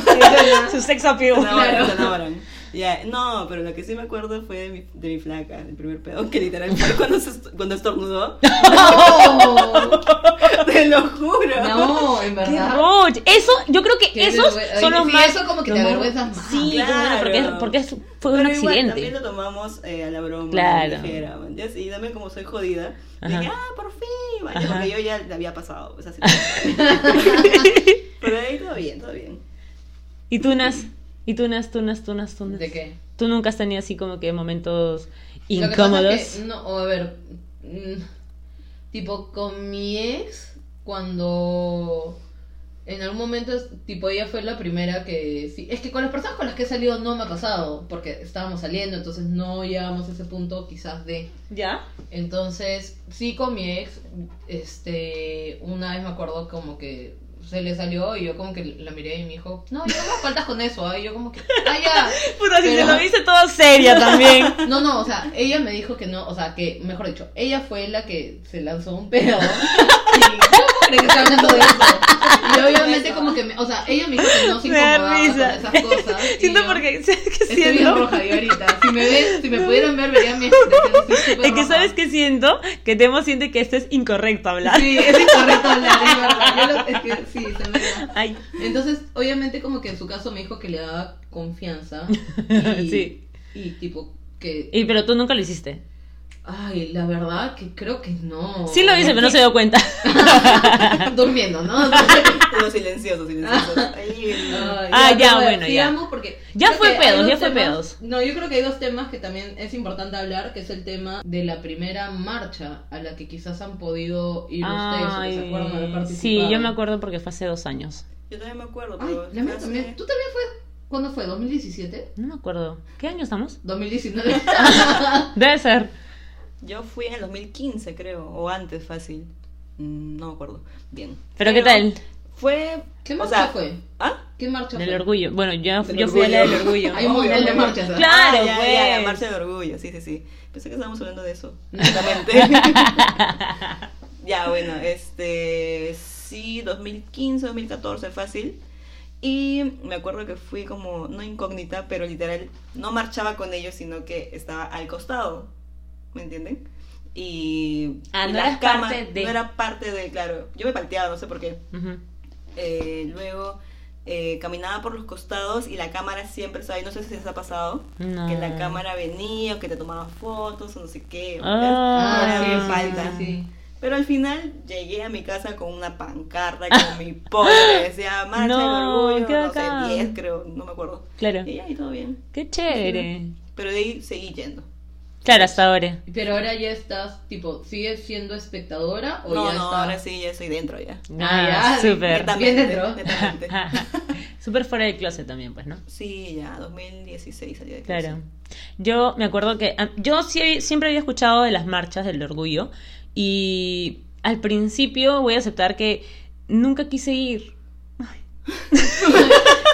Su sex appeal. Se enamoran, Claro. se enamoran. Ya, no, pero lo que sí me acuerdo fue de mi, de mi flaca, el primer pedo, que literal fue cuando, se est- cuando estornudó. No, Te lo juro. no, en ¡Qué verdad. roche! Eso, yo creo que Qué esos vergüenza. son Oye, los sí, más. eso como que los te más- avergüenzas más. Sí, Claro. porque, es- porque es- fue un Pero igual, accidente. también lo tomamos eh, a la broma, Claro. ligera, ¿me entiendes? Y también como soy jodida, Ajá. dije, ah, por fin, man, Ajá. porque yo ya le había pasado esa Pero ahí todo bien, todo bien. y tunas, y tunas, tunas, tunas, tunas. ¿De qué? ¿Tú nunca has tenido así como que momentos Lo que pasa incómodos? es que, no, o a ver. mm, Tipo, con mi ex, cuando. En algún momento, es- tipo, ella fue la primera que. Sí, es que con las personas con las que he salido no me ha pasado, porque estábamos saliendo, entonces no llegamos a ese punto, quizás de. ¿Ya? Entonces, sí, con mi ex, este, una vez me acuerdo como que se le salió y yo como que la miré y me dijo, no, yo no me faltas con eso, ¿ah?". y yo como que, ah, ya. Puta, si Pero- se lo dice todo seria también. No, no, o sea, ella me dijo que no, o sea, que, mejor dicho, ella fue la que se lanzó un pedo. Y, ¿Cómo crees que está hablando de eso? Y obviamente como que, me- o sea, ella me dijo que no se Me da incomodaba con risa. esas cosas. y Siento yo- porque ¿sabes qué Estoy bien siento? roja yo ahorita. Si me ven, si me pudieran ver, verían mi expresión. estoy súper Es que roja. sabes qué siento que Temo siente que esto es incorrecto hablar. Sí, es incorrecto hablar, es verdad. Yo lo- es que sí, se me da. Ay, Entonces, obviamente, como que en su caso me dijo que le daba confianza. Y, Sí. Y tipo, que. y pero tú nunca lo hiciste. Ay, la verdad que creo que no. Sí lo hice, pero no se dio cuenta. Durmiendo, ¿no? Los silenciosos, silenciosos. Ahí, Ah, ya, pero bueno, ya. sigamos porque Ya creo fue que hay pedos, dos ya fue temas- pedos. No, yo creo que hay dos temas que también es importante hablar, que es el tema de la primera marcha a la que quizás han podido ir ustedes, o que se Ay, acuerdan de haber participado. sí, yo me acuerdo porque fue hace dos años. Yo también me acuerdo, Ay, pero la mía hace- también. ¿Tú también fue? ¿Cuándo fue? ¿2017? No me acuerdo. ¿Qué año estamos? 2019. Debe ser. yo fui en el 2015, creo, o antes, fácil. Mm, No me acuerdo. Bien. Pero ¿qué tal? Fue. ¿Qué o marcha sea, fue? ¿Ah? ¿Qué marcha Del fue? orgullo. Bueno, yo, Del yo fui a la del orgullo. orgullo. Hay un montón de marchas. ¿ah? Claro, Ah, ya, pues. ya, la marcha del orgullo, sí, sí, sí. Pensé que estábamos hablando de eso. No. ya, bueno, este. Sí, 2015, 2014, fácil. Y me acuerdo que fui como, no incógnita, pero literal, no marchaba con ellos, sino que estaba al costado. ¿Me entienden? Y. Ah, y no las eras camas- parte de- No era parte de, claro. Yo me palteaba, no sé por qué. Ujú. Eh, luego eh, caminaba por los costados y la cámara siempre estaba ahí. No sé si les ha pasado No. que la cámara venía o que te tomaba fotos o no sé qué. Ah, Era sí, mi sí, falta. sí, sí. Pero al final llegué a mi casa con una pancarta con mi pobre que decía marcha del No, orgullo, qué no sé, bacán. 10 creo, no me acuerdo. Claro. Y ahí todo bien. Qué chévere. Pero de ahí seguí yendo. Claro, hasta ahora. Pero ahora ya estás, tipo, ¿sigues siendo espectadora o no, ya no, estás? ahora sí, ya estoy dentro ya. Ah, ya, súper. neta. Bien dentro. netamente. Súper fuera del closet también, pues, ¿no? Sí, ya, 2016 salí de clase. Claro. Yo me acuerdo que ah, yo sí- siempre había escuchado de las marchas del orgullo y al principio voy a aceptar que nunca quise ir.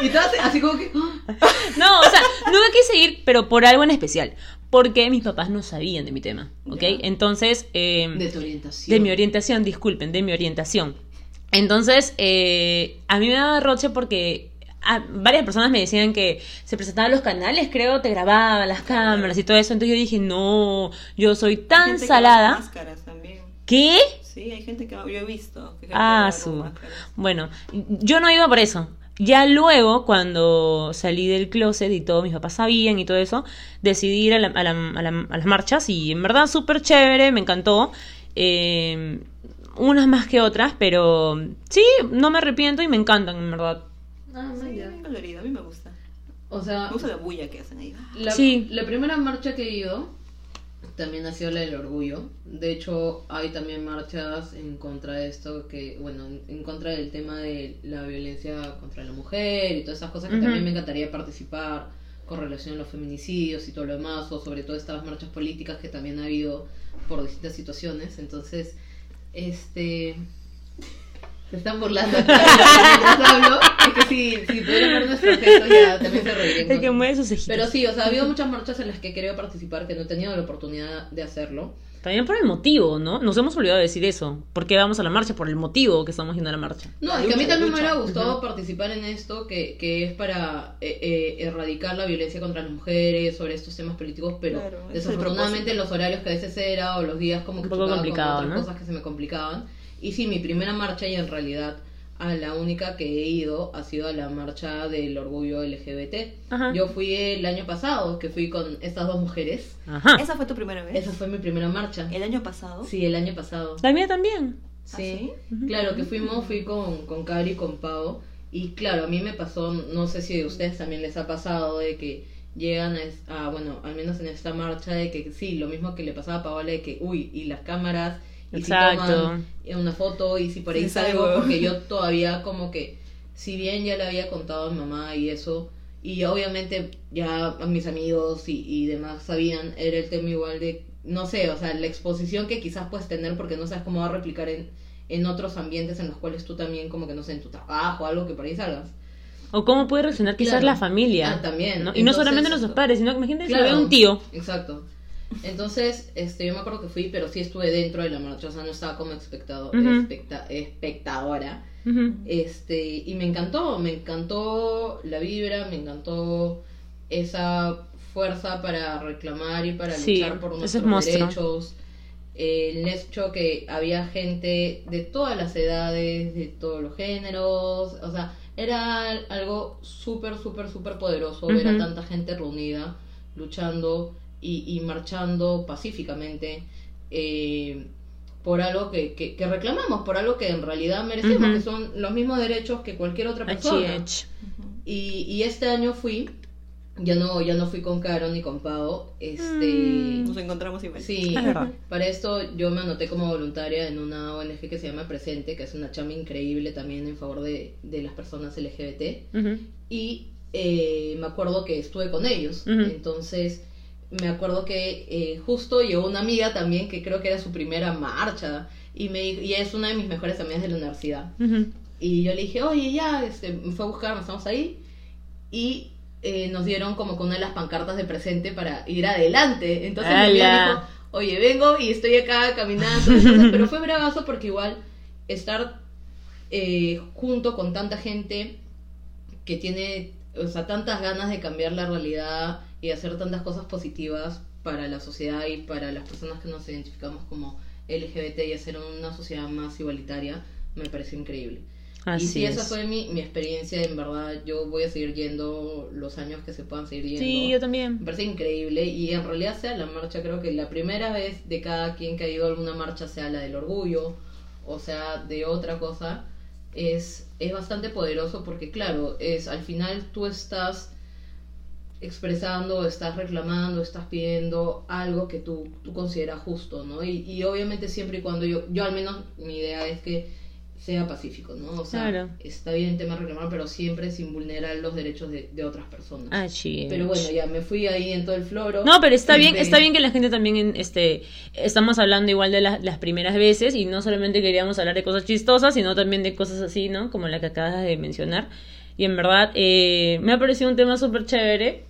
Y tú así, así como que. ¡ah! No, o sea, nunca quise ir, pero por algo en especial. Porque mis papás no sabían de mi tema, ¿ok? Ya. Entonces... em, De tu orientación. De mi orientación, disculpen, de mi orientación. Entonces, eh, a mí me daba roche porque ah, varias personas me decían que se presentaban los canales, creo, te grababan las cámaras y todo eso. Entonces yo dije, no, yo soy Hay tan gente que va con salada. Máscaras también. ¿Qué? Sí, hay gente que va- yo he visto. que gente Ah, que va con su. máscaras. Bueno, yo no iba por eso. Ya luego, cuando salí del closet y todos mis papás sabían y todo eso, decidí ir a, la- a la- a la- a las marchas y en verdad súper chévere, me encantó. Eh, unas más que otras, pero sí, no me arrepiento y me encantan, en verdad. Ah, Sí, mira. bien colorido, a mí me gusta. O sea, Ah. Me gusta la bulla que hacen ahí. la, Sí. la primera marcha que he ido también ha sido la del orgullo. De hecho, hay también marchas en contra de esto, que, bueno, en- en contra del tema de la violencia contra la mujer y todas esas cosas que Ujú. también me encantaría participar con relación a los feminicidios y todo lo demás, o sobre todo estas marchas políticas que también ha habido por distintas situaciones. Entonces, este... Se están burlando. acá, mientras hablo. Es que si, si pudieran ver nuestros gestos ya también se reirían. El que conmigo. mueve sus cejitas. Pero sí, o sea, ha habido muchas marchas en las que he querido participar que no he tenido la oportunidad de hacerlo. También por el motivo, ¿no? Nos hemos olvidado de decir eso. ¿Por qué vamos a la marcha? Por el motivo que estamos yendo a la marcha. No, es que a mí también me hubiera gustado participar en esto que, que es para eh, eh, erradicar la violencia contra las mujeres, sobre estos temas políticos, pero Claro, ese es el desafortunadamente propósito. los horarios que a veces era o los días como que Un poco chocaba con complicado, otras ¿no? cosas que se me complicaban. Y sí, mi primera marcha y en realidad a la única que he ido ha sido a la marcha del orgullo LGBT. Ajá. Yo fui el año pasado, que fui con estas dos mujeres. Ajá. ¿Esa fue tu primera vez? Esa fue mi primera marcha. ¿El año pasado? ¿Ah, Sí, el año pasado. Ah, La mía también. Sí, Ujú. claro que fuimos, fui con, con Cari y con Pau. Y claro, a mí me pasó, no sé si a ustedes también les ha pasado, de que llegan a, es- a, bueno, al menos en esta marcha, de que sí, lo mismo que le pasaba a Paola, de que, uy, y las cámaras, y si Exacto. toman eh, una foto, y si por ahí Sí, salgo, salgo. porque yo todavía como que, si bien ya le había contado a mi mamá y eso, y obviamente ya a mis amigos y, y demás sabían, era el tema igual de, no sé, o sea, la exposición que quizás puedes tener porque no sabes cómo va a replicar en, en otros ambientes en los cuales tú también, como que no sé, en tu trabajo, algo que por ahí salgas. O cómo puede reaccionar quizás Claro. la familia. Ah, también. ¿no? Y no Entonces, solamente nuestros padres, sino que imagínate si lo ve un tío. Exacto. Entonces, este, yo me acuerdo que fui, pero sí estuve dentro de la marcha, o sea, no estaba como espectado, Ujú. especta- espectadora. Ujú. Este, y me encantó, me encantó la vibra, me encantó esa fuerza para reclamar y para Sí, luchar por eso nuestros es monstruo. derechos. El hecho que había gente de todas las edades, de todos los géneros, o sea, era algo súper, súper, súper poderoso ver a Ujú. tanta gente reunida, luchando y, y marchando pacíficamente. eh, por algo que, que, que reclamamos, por algo que en realidad merecemos, Ujú. que son los mismos derechos que cualquier otra Achi, persona. achi. Ujú. Y, y este año fui, ya no, ya no fui con Caro ni con Pau, este... Mm. Nos encontramos igual. Sí, Es verdad. para esto yo me anoté como voluntaria en una ONG que se llama Presente, que es una chamba increíble también en favor de, de las personas LGBT. Ujú. Y eh, me acuerdo que estuve con ellos, Ujú. entonces me acuerdo que eh, justo llegó una amiga también que creo que era su primera marcha y, me, di- y es una de mis mejores amigas de la universidad. Ujú. Y yo le dije, oye, ya, este, me fue a buscar, nos estamos ahí. Y eh, nos dieron como con una de las pancartas de presente para ir adelante. Entonces mi amiga ¡Hala! dijo, oye, vengo y estoy acá caminando. Entonces, pero fue bravazo porque igual estar eh, junto con tanta gente que tiene, o sea, tantas ganas de cambiar la realidad y de hacer tantas cosas positivas para la sociedad y para las personas que nos identificamos como LGBT y hacer una sociedad más igualitaria, me parece increíble. Así y sí, es. esa fue mi, mi experiencia, en verdad, yo voy a seguir yendo los años que se puedan seguir yendo. Sí, yo Me también. parece increíble y en realidad sea la marcha, creo que la primera vez de cada quien que ha ido a alguna marcha, sea la del orgullo o sea de otra cosa, es, es bastante poderoso porque claro, es al final tú estás expresando, estás reclamando, estás pidiendo algo que tú, tú consideras justo, ¿no? Y, y obviamente siempre y cuando yo, yo al menos mi idea es que sea pacífico, ¿no? O sea, Claro. está bien el tema de reclamar, pero siempre sin vulnerar los derechos de, de otras personas. Ah, Achi, Pero bueno, achi. ya me fui ahí en todo el floro. No, pero está bien, Este, está bien que la gente también, en- este, estamos hablando igual de las- las primeras veces y no solamente queríamos hablar de cosas chistosas, sino también de cosas así, ¿no? Como la que acabas de mencionar. Y en verdad, eh, me ha parecido un tema súper chévere.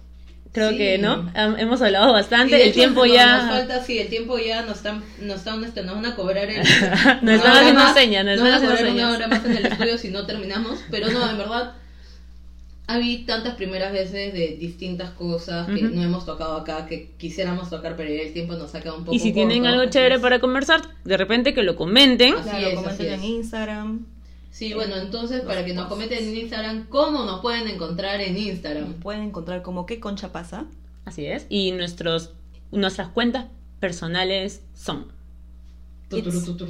Creo Sí. que, ¿no? Am- Hemos hablado y bastante, de el hecho, tiempo no, ya... Nos falta, sí, el tiempo ya nos están, nos están, este, nos van a cobrar el. Nos están van a haciendo más- señas, nos nos van a están haciendo cobrar señas. una hora más en el estudio si no terminamos. Pero no, en verdad, habí tantas primeras veces de distintas cosas que Ujú. no hemos tocado acá, que quisiéramos tocar, pero ya el tiempo nos saca un poco. Y si tienen corto, pues. algo chévere entonces- para conversar, de repente que lo comenten. Así Claro, es, comenten así es. en Instagram. Sí, bueno, entonces para que nos comenten en Instagram, ¿cómo nos pueden encontrar en Instagram? Pueden encontrar como qué concha pasa. Así es. Y nuestros, nuestras cuentas personales son It's-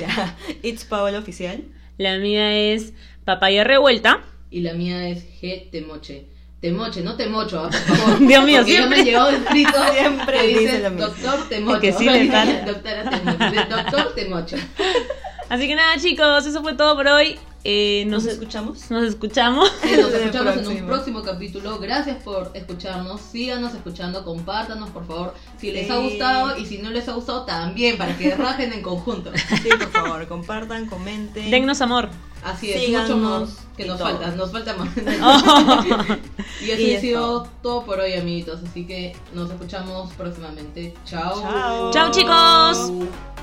Ya. It's Paola Oficial. La mía es papaya revuelta. y la mía es G Temoche. Temoche, no Temocho, ah, por favor. Dios mío, Porque siempre- yo me llevo escrito siempre que dice dice lo mismo. doctor Temocho. que sí le están- Doctora Temocho. Doctor Temocho. Así que nada, chicos, eso fue todo por hoy. Eh, nos, ¿Nos escuchamos. escuchamos? nos escuchamos. Sí, nos En el escuchamos en próximo. un próximo capítulo. Gracias por escucharnos. Síganos escuchando, compártanos, por favor, si les ha Sí. gustado y si no les ha gustado también, para que rajen en conjunto. Sí, por favor, compartan, comenten. Dennos amor. Así es, Síganos mucho más que y nos todo. falta, nos falta más. y Y así ha es sido todo. todo por hoy, amiguitos. Así que nos escuchamos próximamente. Chao. Chao. Chao, chicos. Chao.